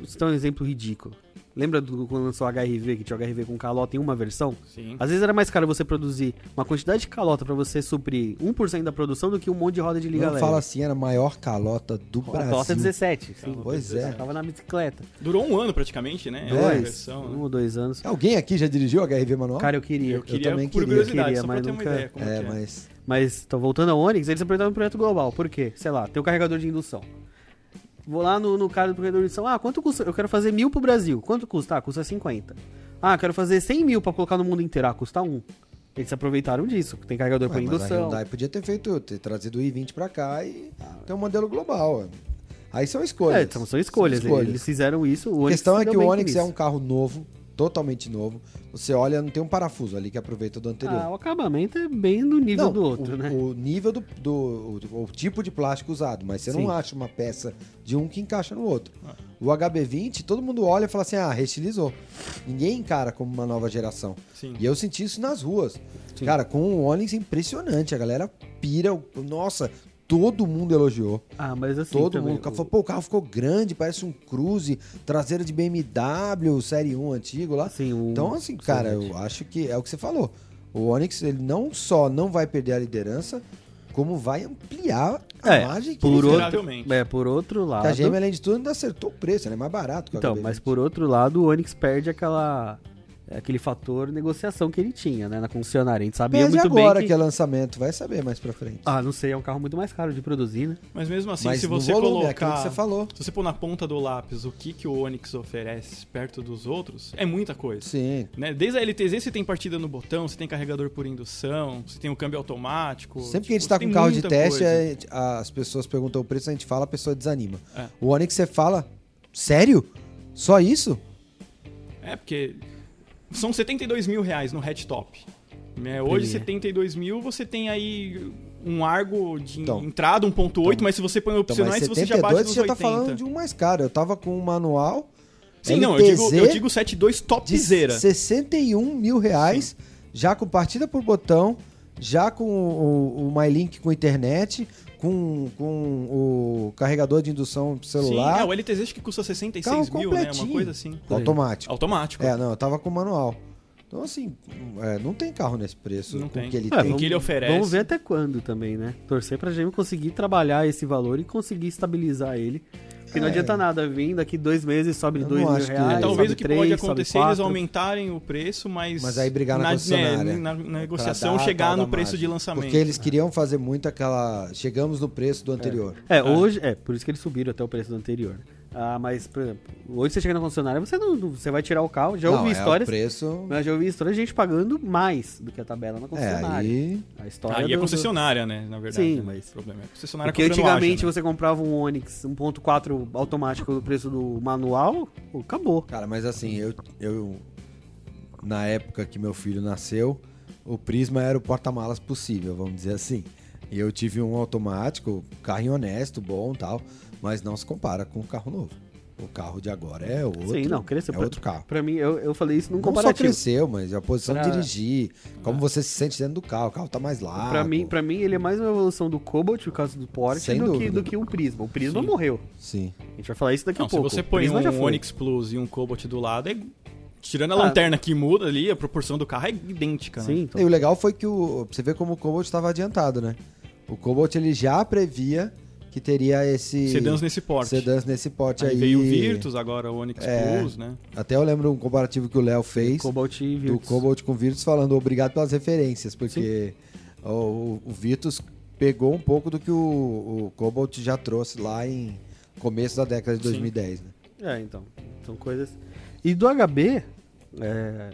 Speaker 2: Você tem um exemplo ridículo. Lembra do, quando lançou o HRV, que tinha o HRV com calota em uma versão?
Speaker 3: Sim.
Speaker 2: Às vezes era mais caro você produzir uma quantidade de calota pra você suprir 1% da produção do que um monte de roda de liga
Speaker 4: Não
Speaker 2: leve.
Speaker 4: fala assim, era a maior calota do
Speaker 2: a
Speaker 4: Brasil.
Speaker 2: calota é 17, sim.
Speaker 4: Pois é.
Speaker 2: Tava na bicicleta.
Speaker 3: Durou um ano praticamente, né? Essa
Speaker 4: Dois.
Speaker 3: versão, né?
Speaker 2: Um ou dois anos.
Speaker 4: Alguém aqui já dirigiu a HRV manual?
Speaker 2: Cara, eu queria.
Speaker 3: Eu queria
Speaker 4: Tá também
Speaker 3: por
Speaker 4: queria,
Speaker 3: curiosidade,
Speaker 2: queria,
Speaker 3: só
Speaker 2: mas
Speaker 3: pra ter uma
Speaker 2: nunca-
Speaker 3: ideia. Como
Speaker 4: é,
Speaker 3: que é.
Speaker 4: mas
Speaker 2: Mas, então, voltando ao Onix, eles apresentaram um projeto global. Por quê? Sei lá, tem um carregador de indução. Vou lá no, no cara do carregador de indução. Ah, quanto custa? Eu quero fazer mil pro Brasil. Quanto custa? Ah, custa 50. Ah, quero fazer 100 mil pra colocar no mundo inteiro. Ah, custa um. Eles se aproveitaram disso. Tem carregador
Speaker 4: Ué,
Speaker 2: pra
Speaker 4: mas a
Speaker 2: indução.
Speaker 4: Hyundai podia ter feito, ter trazido o i20 pra cá e ter um modelo global. Aí são escolhas.
Speaker 2: É, são, são escolhas. Eles fizeram isso. O
Speaker 4: A
Speaker 2: Onix
Speaker 4: questão
Speaker 2: se
Speaker 4: é
Speaker 2: deu
Speaker 4: que o
Speaker 2: bem com
Speaker 4: Onix
Speaker 2: isso.
Speaker 4: é um carro novo, totalmente novo. Você olha, não tem um parafuso ali que aproveita do anterior.
Speaker 2: Ah, o acabamento é bem no nível
Speaker 4: Não,
Speaker 2: do outro,
Speaker 4: o,
Speaker 2: né?
Speaker 4: O nível do, do- o, o tipo de plástico usado, mas você
Speaker 2: Sim.
Speaker 4: não acha uma peça de um que encaixa no outro.
Speaker 3: Ah.
Speaker 4: O HB20, todo mundo olha e fala assim: ah, restilizou. Ninguém encara como uma nova geração.
Speaker 3: Sim.
Speaker 4: E eu senti isso nas ruas.
Speaker 2: Sim.
Speaker 4: Cara, com o Onix é impressionante. A galera pira. o- Nossa, todo mundo elogiou.
Speaker 2: Ah, mas assim.
Speaker 4: todo
Speaker 2: também,
Speaker 4: mundo. O... cara
Speaker 2: o-
Speaker 4: Falou, Pô, o carro ficou grande, parece um Cruze, traseiro de BMW, Série 1 antigo lá.
Speaker 2: assim, o-
Speaker 4: Então, assim, cara, eu acho que é o que você falou. O Onix, ele não só não vai perder a liderança, como vai ampliar a
Speaker 2: É,
Speaker 4: margem que
Speaker 2: por
Speaker 4: ele fez.
Speaker 2: outro,
Speaker 3: Consideravelmente.
Speaker 2: é, por outro
Speaker 4: Que
Speaker 2: lado.
Speaker 4: A GM, além de tudo, ainda acertou o preço, ele é mais barato. que o
Speaker 2: Então,
Speaker 4: HB20.
Speaker 2: mas por outro lado, o Onix perde aquela aquele fator negociação que ele tinha, né, na concessionária. A gente sabia
Speaker 4: Perde
Speaker 2: muito
Speaker 4: agora
Speaker 2: bem
Speaker 4: que...
Speaker 2: que...
Speaker 4: é lançamento, vai saber mais pra frente.
Speaker 2: Ah, não sei, é um carro muito mais caro de produzir, né?
Speaker 3: Mas mesmo assim,
Speaker 4: mas
Speaker 3: se
Speaker 4: no
Speaker 3: você
Speaker 4: volume, é aquilo
Speaker 3: colocar.
Speaker 4: que você falou.
Speaker 3: Se você pôr na ponta do lápis o que, que o Onix oferece perto dos outros, é muita coisa.
Speaker 4: Sim,
Speaker 3: Né? Desde a LTZ você tem partida no botão, você tem carregador por indução, você tem o câmbio automático.
Speaker 4: Sempre que a gente
Speaker 3: tipo,
Speaker 4: tá
Speaker 3: você
Speaker 4: com um
Speaker 3: tem
Speaker 4: carro de
Speaker 3: muita
Speaker 4: teste,
Speaker 3: coisa.
Speaker 4: a gente- as pessoas perguntam o preço, a gente fala, a pessoa desanima.
Speaker 3: É.
Speaker 4: O Onix você fala, sério? Só isso?
Speaker 3: É, porque são 72 mil reais no headtop. Né? Hoje,
Speaker 2: Premier.
Speaker 3: 72 mil, você tem aí um Argo de
Speaker 4: Então.
Speaker 3: entrada 1.8, mas se você põe
Speaker 4: Então,
Speaker 3: opcionais,
Speaker 4: mas
Speaker 3: você já bate
Speaker 4: 72
Speaker 3: nos
Speaker 4: você já tá
Speaker 3: 80.
Speaker 4: falando de um mais caro. Eu tava com um manual.
Speaker 3: Sim, não, eu
Speaker 4: LTZ
Speaker 3: digo, eu digo 72
Speaker 4: de
Speaker 3: topzera.
Speaker 4: 61 mil reais, já com partida por botão, já com o, o MyLink com internet, com, com o carregador de indução
Speaker 3: Sim, é,
Speaker 4: celular,
Speaker 3: o LTZ acho que custa 66
Speaker 4: Carro
Speaker 3: mil, né? Uma
Speaker 4: completinho.
Speaker 3: coisa assim.
Speaker 4: automático.
Speaker 3: Automático.
Speaker 4: É, não, eu tava com manual. Então, assim, é, não tem carro nesse preço.
Speaker 3: Não
Speaker 4: com o
Speaker 3: tem.
Speaker 4: Que ele
Speaker 2: É,
Speaker 4: tem.
Speaker 3: vamos- que ele oferece.
Speaker 2: Vamos ver até quando também, né? Torcer pra GM conseguir trabalhar esse valor e conseguir estabilizar ele. Porque não
Speaker 4: É.
Speaker 2: adianta nada vir daqui dois meses, sobe
Speaker 4: Eu
Speaker 2: dois
Speaker 4: não
Speaker 2: mil
Speaker 4: acho que-
Speaker 2: reais.
Speaker 4: É,
Speaker 3: Talvez
Speaker 2: sobe
Speaker 3: o que
Speaker 2: três,
Speaker 3: pode
Speaker 2: sobe
Speaker 3: acontecer é eles
Speaker 2: quatro.
Speaker 3: aumentarem o preço, mas.
Speaker 4: Mas aí brigar na
Speaker 3: né,
Speaker 4: concessionária.
Speaker 3: na, na negociação
Speaker 4: Pra dar
Speaker 3: chegar
Speaker 4: tal da
Speaker 3: no preço
Speaker 4: margem.
Speaker 3: de lançamento. né?
Speaker 4: Porque eles queriam fazer muito aquela. Chegamos no preço do anterior.
Speaker 2: É, hoje, é, por isso que eles subiram até o preço do anterior. Ah, mas, por exemplo, hoje você chega na concessionária, você não, não- você vai tirar o carro. Já
Speaker 4: Não,
Speaker 2: ouvi
Speaker 4: é
Speaker 2: histórias
Speaker 4: O preço.
Speaker 2: Mas já ouvi história de gente pagando mais do que a tabela na
Speaker 4: É,
Speaker 2: concessionária.
Speaker 4: aí.
Speaker 2: A história
Speaker 3: Aí é
Speaker 2: do-
Speaker 3: concessionária, né? Na verdade.
Speaker 2: Sim,
Speaker 3: né,
Speaker 2: mas-
Speaker 3: O problema é a
Speaker 2: do-
Speaker 3: concessionária
Speaker 2: Porque
Speaker 3: comprando
Speaker 2: antigamente
Speaker 3: acha, né?
Speaker 2: você comprava um Onix 1.4 automático do preço do manual, pô, acabou.
Speaker 4: Cara, mas assim, eu, eu. Na época que meu filho nasceu, o Prisma era o porta-malas possível, vamos dizer assim. E eu tive um automático, carrinho honesto, bom e tal, mas não se compara com o carro novo. O carro de agora é outro.
Speaker 2: Sim, não, cresceu.
Speaker 4: É
Speaker 2: pra,
Speaker 4: outro carro.
Speaker 2: pra mim, eu, eu falei isso num
Speaker 4: Não só
Speaker 2: comparativo.
Speaker 4: cresceu, mas é a posição de
Speaker 2: Pra- É.
Speaker 4: dirigir, como você se sente dentro do carro, o carro tá mais largo.
Speaker 2: Pra mim, pra mim, ele é mais uma evolução do Cobalt por causa do porte
Speaker 4: Sem
Speaker 2: do que,
Speaker 4: dúvida.
Speaker 2: do que o Prisma. O Prisma
Speaker 3: Sim.
Speaker 2: morreu.
Speaker 4: Sim.
Speaker 2: A gente vai falar isso daqui
Speaker 3: Não,
Speaker 2: a
Speaker 3: se
Speaker 2: pouco.
Speaker 3: você
Speaker 2: O
Speaker 3: põe
Speaker 2: Prisma já
Speaker 3: um
Speaker 2: foi.
Speaker 3: Onix Plus e um Cobalt do lado, é- tirando a
Speaker 2: Ah.
Speaker 3: lanterna que muda ali, a proporção do carro é idêntica, né?
Speaker 2: Sim, então.
Speaker 4: E o legal foi que o, você vê como o Cobalt estava adiantado, né? O Cobalt ele já previa que teria esse
Speaker 3: Sedãs nesse porte.
Speaker 4: sedãs nesse porte
Speaker 3: Aí
Speaker 4: aí.
Speaker 3: veio o Virtus, agora o Onix
Speaker 2: É.
Speaker 3: Plus, né?
Speaker 4: Até eu lembro um comparativo que o Léo fez
Speaker 2: Cobalt e
Speaker 4: do
Speaker 2: Virtus.
Speaker 4: Cobalt com o Virtus falando obrigado pelas referências, porque o, o- o Virtus pegou um pouco do que o, o Cobalt já trouxe lá em começo da década de
Speaker 3: Sim.
Speaker 4: 2010, né?
Speaker 2: É, então. São coisas. E do HB, é,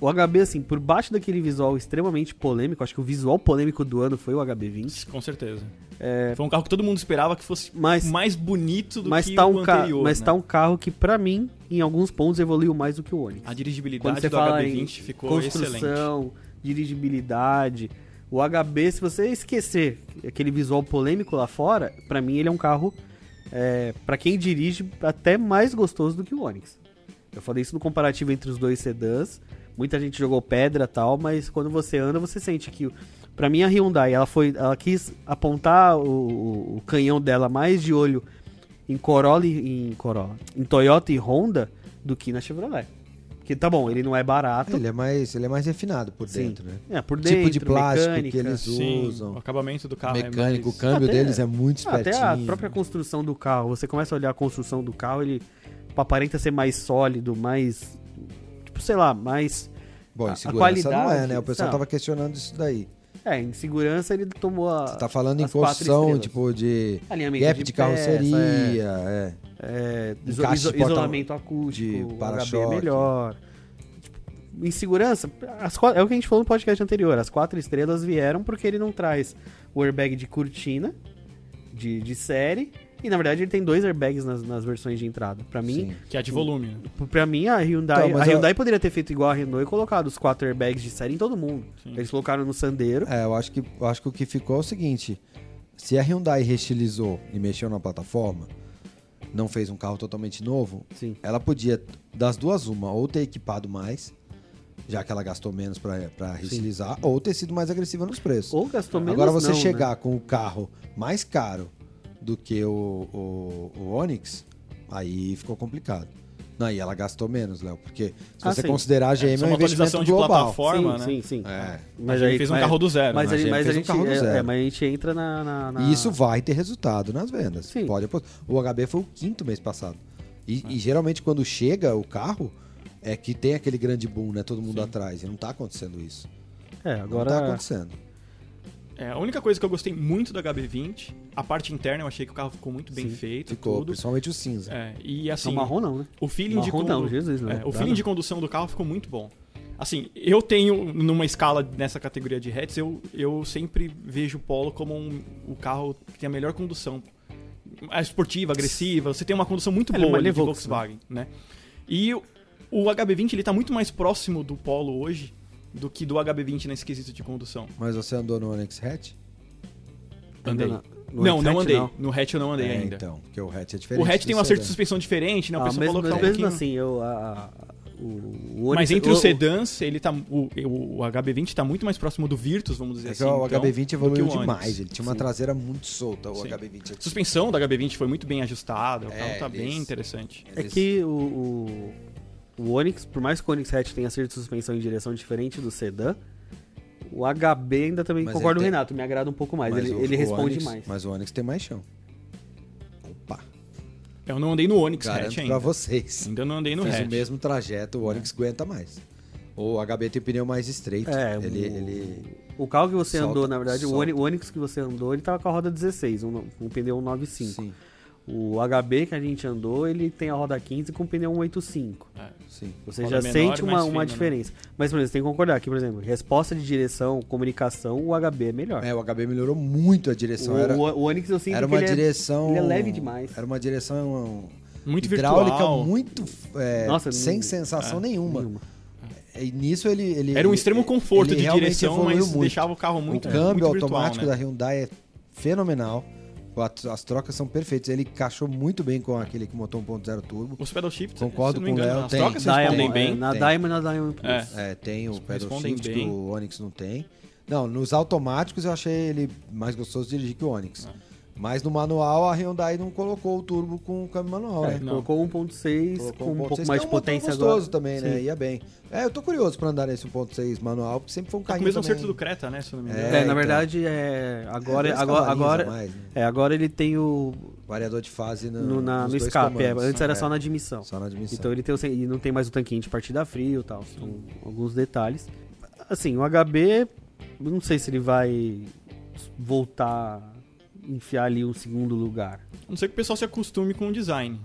Speaker 2: O HB, assim, por baixo daquele visual extremamente polêmico, acho que o visual polêmico do ano foi o HB20.
Speaker 3: Com certeza. Foi um carro que todo mundo esperava que fosse
Speaker 2: É. Mas-
Speaker 3: mais bonito do
Speaker 2: Mas
Speaker 3: que
Speaker 2: tá,
Speaker 3: o
Speaker 2: um ca-
Speaker 3: anterior.
Speaker 2: mas
Speaker 3: né?
Speaker 2: tá um carro que, pra mim, em alguns pontos, evoluiu mais do que o Onix.
Speaker 3: A
Speaker 2: Quando
Speaker 3: dirigibilidade
Speaker 2: você
Speaker 3: do
Speaker 2: fala em
Speaker 3: HB20 ficou excelente.
Speaker 2: construção, dirigibilidade, o HB, se você esquecer aquele visual polêmico lá fora, pra mim ele é um carro, é, para quem dirige, até mais gostoso do que o Onix. Eu falei isso no comparativo entre os dois sedãs. Muita gente jogou pedra tal, mas quando você anda, você sente que. o- Pra mim, a Hyundai, ela, foi, ela quis apontar o, o- o canhão dela mais de olho em Corolla e em Corolla, em Toyota e Honda do que na Chevrolet. Porque tá bom, ele não é barato.
Speaker 4: Ele é mais, ele é mais refinado por
Speaker 2: Sim.
Speaker 4: dentro, né?
Speaker 2: É, por
Speaker 4: Tipo
Speaker 2: dentro,
Speaker 4: de plástico
Speaker 2: mecânica,
Speaker 4: que eles
Speaker 3: Sim,
Speaker 4: usam.
Speaker 3: o acabamento do
Speaker 4: O
Speaker 3: carro
Speaker 4: mecânico, o
Speaker 3: é mais...
Speaker 4: câmbio
Speaker 2: Até-
Speaker 4: deles é muito
Speaker 2: Ah, Até
Speaker 4: espertinho.
Speaker 2: a própria construção do carro. Você começa a olhar a construção do carro, ele tipo, aparenta ser mais sólido, mais. Tipo, sei lá, mais.
Speaker 4: Bom,
Speaker 2: a-
Speaker 4: em
Speaker 2: a
Speaker 4: segurança não é,
Speaker 2: qualidade,
Speaker 4: né? O pessoal
Speaker 2: não.
Speaker 4: tava questionando isso daí.
Speaker 2: É, em segurança ele tomou a.
Speaker 4: Você tá falando em
Speaker 2: as quatro
Speaker 4: construção,
Speaker 2: estrelas.
Speaker 4: tipo, de
Speaker 2: alinhamento
Speaker 4: gap de carroceria,
Speaker 2: peça, é,
Speaker 4: é.
Speaker 2: é, iso-
Speaker 4: encaixe
Speaker 2: iso-
Speaker 4: de porta-
Speaker 2: isolamento acústico,
Speaker 4: de
Speaker 2: o HB é
Speaker 4: para-choque.
Speaker 2: melhor. Tipo, em segurança, as qua- é o que a gente falou no podcast anterior. As quatro estrelas vieram porque ele não traz o airbag de cortina, de, de série. E na verdade ele tem dois airbags nas, nas versões de entrada. Pra mim,
Speaker 4: Sim.
Speaker 3: Que é de volume. né?
Speaker 2: Pra mim, a Hyundai,
Speaker 4: Então, mas
Speaker 2: a
Speaker 4: eu-
Speaker 2: Hyundai poderia ter feito igual a Renault e colocado os quatro airbags de série em todo mundo.
Speaker 3: Sim.
Speaker 2: Eles colocaram no Sandero.
Speaker 4: É, eu acho que, eu acho que o que ficou é o seguinte: se a Hyundai restilizou e mexeu na plataforma, não fez um carro totalmente novo,
Speaker 2: Sim.
Speaker 4: ela podia, das duas, uma, ou ter equipado mais, já que ela gastou menos pra pra restilizar, ou ter sido mais agressiva nos preços.
Speaker 2: Ou gastou menos.
Speaker 4: Agora você
Speaker 2: não, né?
Speaker 4: chegar com o carro mais caro do que o, o, o Onix, aí ficou complicado. Não, e ela gastou menos, Léo, porque se
Speaker 2: Ah,
Speaker 4: você
Speaker 2: sim.
Speaker 4: considerar a GM é,
Speaker 3: só
Speaker 4: um
Speaker 3: uma
Speaker 4: investimento
Speaker 3: atualização de
Speaker 4: global.
Speaker 3: plataforma, né?
Speaker 2: sim, Sim, sim.
Speaker 4: É.
Speaker 2: Mas
Speaker 3: Ele
Speaker 2: aí
Speaker 3: fez um
Speaker 2: mas-
Speaker 3: carro do zero.
Speaker 2: Mas,
Speaker 4: né?
Speaker 2: a gente-
Speaker 4: A
Speaker 2: mas a
Speaker 4: GM
Speaker 2: gente,
Speaker 4: fez um carro do
Speaker 2: é,
Speaker 4: zero.
Speaker 2: é, mas a gente entra na. na-
Speaker 3: Ah.
Speaker 2: na-
Speaker 4: E isso vai ter resultado nas vendas.
Speaker 2: Sim.
Speaker 4: Pode apostar. O HB foi o quinto mês passado. E,
Speaker 3: É.
Speaker 4: e geralmente quando chega o carro, é que tem aquele grande boom, né? Todo mundo atrás. E não tá acontecendo isso.
Speaker 2: É, agora.
Speaker 4: Não tá acontecendo.
Speaker 3: É, a única coisa que eu gostei muito da HB20, a parte interna, eu achei que o carro ficou muito bem feito.
Speaker 4: Ficou,
Speaker 3: é tudo.
Speaker 4: principalmente o cinza.
Speaker 3: É, e assim,
Speaker 2: não, marrom não, né?
Speaker 3: o feeling de
Speaker 2: marrom
Speaker 3: condu-
Speaker 2: não, Jesus, não.
Speaker 3: é,
Speaker 2: Dá
Speaker 3: o feeling
Speaker 2: não.
Speaker 3: de condução do carro ficou muito bom. Assim, eu tenho, numa escala nessa categoria de hats, eu, eu sempre vejo o Polo como um- o carro que tem a melhor condução. A esportiva, agressiva, você tem uma condução muito
Speaker 2: Ele é uma
Speaker 3: boa ali de
Speaker 2: Levox,
Speaker 3: Volkswagen, né? E o, o HB20, ele tá muito mais próximo do Polo hoje do que do HB20 nesse quesito de condução.
Speaker 4: Mas você andou no Onix Hatch?
Speaker 3: Andei.
Speaker 2: Ainda no
Speaker 3: não, não
Speaker 2: 87
Speaker 3: andei. No hatch eu não andei
Speaker 4: É,
Speaker 3: ainda.
Speaker 4: então, porque o hatch é
Speaker 3: O
Speaker 4: diferente.
Speaker 3: hatch
Speaker 4: do
Speaker 3: tem um acerto de
Speaker 4: sedã.
Speaker 3: suspensão diferente, né? O
Speaker 2: Ah,
Speaker 3: pessoal
Speaker 2: mesmo,
Speaker 3: falou que tá um
Speaker 2: mas mesmo
Speaker 3: pouquinho-
Speaker 2: assim, eu. a- a- o, o Onix-
Speaker 3: Mas entre os
Speaker 2: o-
Speaker 3: sedãs, ele tá, o, o- o HB20 tá muito mais próximo do Virtus, vamos dizer
Speaker 4: É que
Speaker 3: assim.
Speaker 4: o
Speaker 3: então,
Speaker 4: HB20
Speaker 3: do
Speaker 4: evoluiu
Speaker 3: que o Onix.
Speaker 4: demais. Ele tinha uma traseira muito solta, o
Speaker 3: Sim.
Speaker 4: HB20.
Speaker 3: A suspensão do HB20 foi muito bem ajustada, o
Speaker 4: É,
Speaker 3: carro tá
Speaker 4: eles-
Speaker 3: bem interessante.
Speaker 2: É que o, o, o Onix, por mais que o Onix Hatch tenha sido de suspensão em direção diferente do sedã, o HB ainda também
Speaker 4: Mas
Speaker 2: concordo com
Speaker 4: ele
Speaker 2: o
Speaker 4: tem-
Speaker 2: Renato, me agrada um pouco mais. ele
Speaker 4: o-
Speaker 2: ele
Speaker 4: o
Speaker 2: responde
Speaker 4: Onix-
Speaker 2: mais.
Speaker 4: Mas o Onix tem mais chão. Opa,
Speaker 3: Eu não andei no Onix hatch
Speaker 4: garanto pra
Speaker 3: ainda.
Speaker 4: vocês.
Speaker 3: Ainda não andei no
Speaker 4: Fez
Speaker 3: hatch. É.
Speaker 4: o mesmo trajeto, o Onix aguenta mais. O HB tem pneu mais estreito.
Speaker 2: É,
Speaker 4: ele,
Speaker 2: o,
Speaker 4: ele-
Speaker 2: o carro que você
Speaker 4: solta-
Speaker 2: andou, na verdade, o
Speaker 4: solta.
Speaker 2: Oni- o Onix que você andou, ele tava com a roda 16, um, no- um pneu 195.
Speaker 4: Sim,
Speaker 2: O HB que a gente andou, ele tem a roda 15 com pneu 185.
Speaker 4: sim.
Speaker 2: Você
Speaker 3: Roda
Speaker 2: já
Speaker 3: menor
Speaker 2: sente
Speaker 3: e
Speaker 2: uma,
Speaker 3: mais
Speaker 2: uma
Speaker 3: fina, né?
Speaker 2: diferença. Mas, por exemplo, você tem que concordar que, por exemplo, resposta de direção, comunicação, o HB é melhor.
Speaker 4: É, o HB melhorou muito a direção.
Speaker 2: o,
Speaker 4: era,
Speaker 2: o, o Onix eu sinto
Speaker 4: era
Speaker 2: que
Speaker 4: uma
Speaker 2: ele é-
Speaker 4: direção.
Speaker 2: ele é leve demais.
Speaker 4: Era uma direção um,
Speaker 3: Muito
Speaker 4: hidráulica,
Speaker 3: virtual. É.
Speaker 4: muito. é,
Speaker 2: Nossa,
Speaker 4: sem
Speaker 2: não-
Speaker 4: sensação nenhuma.
Speaker 2: nenhuma.
Speaker 4: E nisso ele. ele-
Speaker 3: Era um
Speaker 4: ele-
Speaker 3: extremo conforto
Speaker 4: ele
Speaker 3: de
Speaker 4: realmente
Speaker 3: direção,
Speaker 4: evoluiu
Speaker 3: mas
Speaker 4: muito.
Speaker 3: deixava o carro muito
Speaker 4: o câmbio
Speaker 3: muito virtual,
Speaker 4: automático
Speaker 3: né?
Speaker 4: da Hyundai é fenomenal. O at- As trocas são perfeitas. Ele encaixou muito bem com aquele com motor 1.0 turbo.
Speaker 3: Os pedal shifts,
Speaker 4: Concordo
Speaker 3: se não
Speaker 4: com o
Speaker 3: me engano,
Speaker 4: Léo,
Speaker 3: as
Speaker 4: tem.
Speaker 3: trocas respondem
Speaker 2: Diamond,
Speaker 4: Tem,
Speaker 2: é,
Speaker 3: bem.
Speaker 2: na
Speaker 4: tem.
Speaker 2: Diamond, na Diamond Plus.
Speaker 3: É.
Speaker 4: É, tem o pedal
Speaker 3: respondem
Speaker 4: shift
Speaker 3: bem.
Speaker 4: que o Onix não tem. Não, nos automáticos eu achei ele mais gostoso de dirigir que o Onix.
Speaker 3: Ah.
Speaker 4: Mas no manual a Hyundai não colocou o turbo com o câmbio manual,
Speaker 2: É,
Speaker 4: né?
Speaker 3: Não.
Speaker 2: colocou 1.6
Speaker 4: Colocou
Speaker 2: com um
Speaker 4: 1.6,
Speaker 2: pouco
Speaker 4: que
Speaker 2: mais
Speaker 4: é
Speaker 2: de
Speaker 4: um motor
Speaker 2: potência
Speaker 4: gostoso
Speaker 2: agora.
Speaker 4: também, né?
Speaker 2: Sim.
Speaker 4: Ia bem. É, eu tô curioso pra andar nesse 1.6 manual, porque sempre foi um
Speaker 3: Tá com
Speaker 4: carrinho
Speaker 3: o mesmo
Speaker 4: também-
Speaker 3: acerto do Creta, né? Se eu não me engano.
Speaker 4: É,
Speaker 2: É, na
Speaker 4: então.
Speaker 2: verdade, é, agora,
Speaker 4: É, dois
Speaker 2: agora,
Speaker 4: cavalinhos a
Speaker 2: agora,
Speaker 4: mais, né?
Speaker 2: é, agora ele tem o
Speaker 4: Variador de fase no,
Speaker 2: no, na-
Speaker 4: nos
Speaker 2: no
Speaker 4: dois
Speaker 2: escape. é,
Speaker 4: comandos.
Speaker 2: antes era
Speaker 4: É,
Speaker 2: só na admissão.
Speaker 4: só na admissão.
Speaker 2: Então ele tem o sen- e não tem mais o tanquinho de partida frio e tal. São alguns detalhes. Assim, o HB, eu não sei se ele vai voltar a enfiar ali um segundo lugar.
Speaker 3: A não ser que o pessoal se acostume com o design.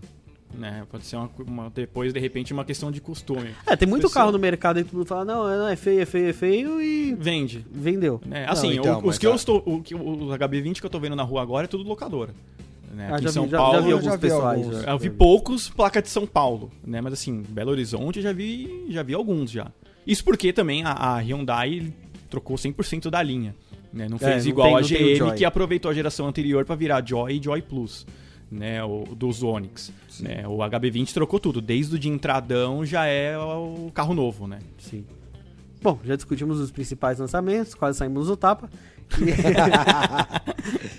Speaker 3: né? Pode ser uma, uma- depois, de repente, uma questão de costume.
Speaker 2: É, tem muito
Speaker 3: Pessoa-
Speaker 2: carro no mercado e todo mundo fala, não, é, não, é feio, é feio, é feio e
Speaker 3: Vende.
Speaker 2: vendeu.
Speaker 3: né? assim,
Speaker 4: então,
Speaker 3: o- os
Speaker 4: mas
Speaker 3: que eu
Speaker 4: a-
Speaker 3: estou. O, que- os HB20 que eu tô vendo na rua agora é tudo locadora. né?
Speaker 2: Ah,
Speaker 3: Aqui
Speaker 2: já,
Speaker 3: em São
Speaker 2: vi, já-
Speaker 3: Paulo.
Speaker 2: já vi
Speaker 4: eu
Speaker 2: alguns
Speaker 4: já vi
Speaker 2: pessoais. né?
Speaker 4: alguns.
Speaker 2: já.
Speaker 3: Eu vi poucos placa de São Paulo, né? Mas assim, Belo Horizonte já vi, já vi alguns já. Isso porque também a, a Hyundai trocou 100% da linha, né? Não
Speaker 2: É,
Speaker 3: fez
Speaker 2: não
Speaker 3: igual
Speaker 2: tem-
Speaker 3: a
Speaker 2: não tem o
Speaker 3: GM
Speaker 2: Joy.
Speaker 3: que aproveitou a geração anterior pra virar Joy e Joy Plus, né, o dos Onix, né? O HB20 trocou tudo, desde o de entradão já é o carro novo, né?
Speaker 2: Sim. Bom, já discutimos os principais lançamentos, quase saímos do tapa.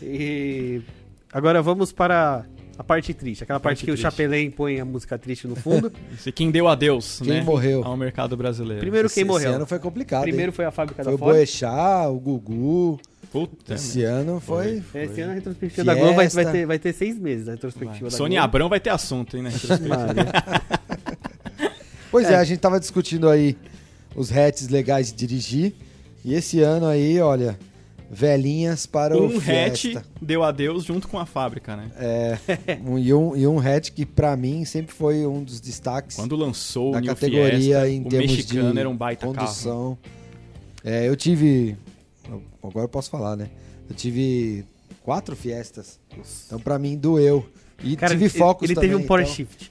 Speaker 2: e agora vamos para a parte triste, aquela parte,
Speaker 3: Parte
Speaker 2: que
Speaker 3: triste.
Speaker 2: o Chapelém põe a música triste no fundo.
Speaker 3: Esse Quem deu adeus,
Speaker 4: Quem
Speaker 3: né,
Speaker 4: morreu.
Speaker 3: ao mercado brasileiro.
Speaker 2: Primeiro quem
Speaker 4: Esse
Speaker 2: morreu.
Speaker 4: ano foi complicado.
Speaker 2: Primeiro
Speaker 4: hein?
Speaker 2: foi a fábrica
Speaker 4: foi
Speaker 2: da
Speaker 4: o
Speaker 2: Ford.
Speaker 4: Boechat, o Gugu.
Speaker 3: Puta,
Speaker 4: Esse
Speaker 3: né?
Speaker 4: ano foi.
Speaker 2: É, Esse ano a retrospectiva da Globo vai, vai ter, vai ter seis meses a
Speaker 3: Vai.
Speaker 2: retrospectiva da
Speaker 3: Sônia
Speaker 2: Globo.
Speaker 3: Abrão vai ter assunto, hein, né?
Speaker 2: Maria.
Speaker 4: Pois é. a gente tava discutindo aí os hats legais de dirigir. E esse ano aí, olha, velhinhas para o
Speaker 3: um hatch
Speaker 4: Fiesta.
Speaker 3: deu adeus junto com a fábrica, né?
Speaker 4: Um- e, um, e um hat que pra mim sempre foi um dos destaques
Speaker 3: Quando lançou
Speaker 4: da
Speaker 3: o New
Speaker 4: categoria
Speaker 3: Fiesta,
Speaker 4: em
Speaker 3: o
Speaker 4: termos
Speaker 3: mexicano
Speaker 4: de
Speaker 3: era um baita carro.
Speaker 4: condução. É, eu tive. eu- Agora eu posso falar, né? Eu tive quatro fiestas. Então pra mim doeu. E
Speaker 2: Cara,
Speaker 4: tive
Speaker 2: ele-
Speaker 4: focos
Speaker 2: Ele
Speaker 4: também,
Speaker 2: teve um power
Speaker 4: então-
Speaker 2: shift.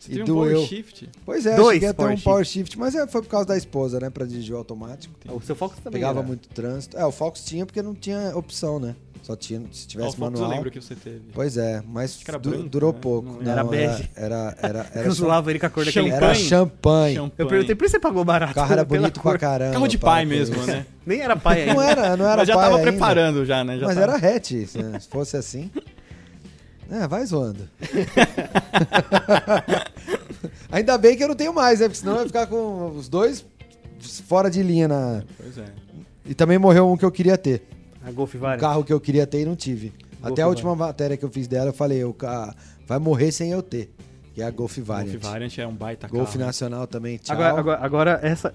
Speaker 3: Você
Speaker 4: E
Speaker 3: teve um
Speaker 4: doeu.
Speaker 3: power shift?
Speaker 4: Pois é, eu
Speaker 2: Dois
Speaker 4: cheguei a ter
Speaker 2: power
Speaker 4: um power shift, mas é, foi por causa da esposa, né? Pra dirigir o automático.
Speaker 2: O seu Fox também
Speaker 4: Pegava
Speaker 2: era.
Speaker 4: muito trânsito. É, o Fox tinha porque não tinha opção, né? Só tinha, se
Speaker 3: Qual
Speaker 4: tivesse
Speaker 3: foto eu
Speaker 4: manual.
Speaker 3: lembro que você teve?
Speaker 4: Pois é, mas
Speaker 3: que era
Speaker 4: du-
Speaker 3: branco,
Speaker 4: durou
Speaker 3: né?
Speaker 4: pouco.
Speaker 3: Não
Speaker 4: Não,
Speaker 2: era bege.
Speaker 4: Era, era, era,
Speaker 2: Eu zoava ele com a cor daquele
Speaker 3: Champanhe.
Speaker 4: era champanhe.
Speaker 3: Champanhe.
Speaker 2: Eu perguntei, por que você pagou barato?
Speaker 4: O carro era
Speaker 2: pela
Speaker 4: bonito
Speaker 2: cor?
Speaker 4: pra caramba.
Speaker 3: Carro de
Speaker 4: para
Speaker 3: pai
Speaker 4: com
Speaker 3: mesmo,
Speaker 4: isso.
Speaker 3: né?
Speaker 2: Nem era pai ainda.
Speaker 4: Não era, não era
Speaker 3: Mas já
Speaker 4: pai
Speaker 3: tava
Speaker 4: ainda.
Speaker 3: preparando já, né? Já
Speaker 4: Mas
Speaker 3: tava-
Speaker 4: era hatch, né? se fosse assim. É, vai zoando. ainda bem que eu não tenho mais, né? Porque senão eu ia ficar com os dois fora de linha na...
Speaker 3: Pois é.
Speaker 4: E também morreu um que eu queria ter.
Speaker 2: A Golf
Speaker 4: O
Speaker 2: Variant.
Speaker 4: carro que eu queria ter e não tive.
Speaker 2: Golf
Speaker 4: Até a última matéria que eu fiz dela, eu falei, o ca- vai morrer sem eu ter. Que é a Golf Variant.
Speaker 3: Golf Variant é um baita
Speaker 4: Golf
Speaker 3: carro.
Speaker 4: Nacional também, tchau.
Speaker 2: Agora, agora, agora essa,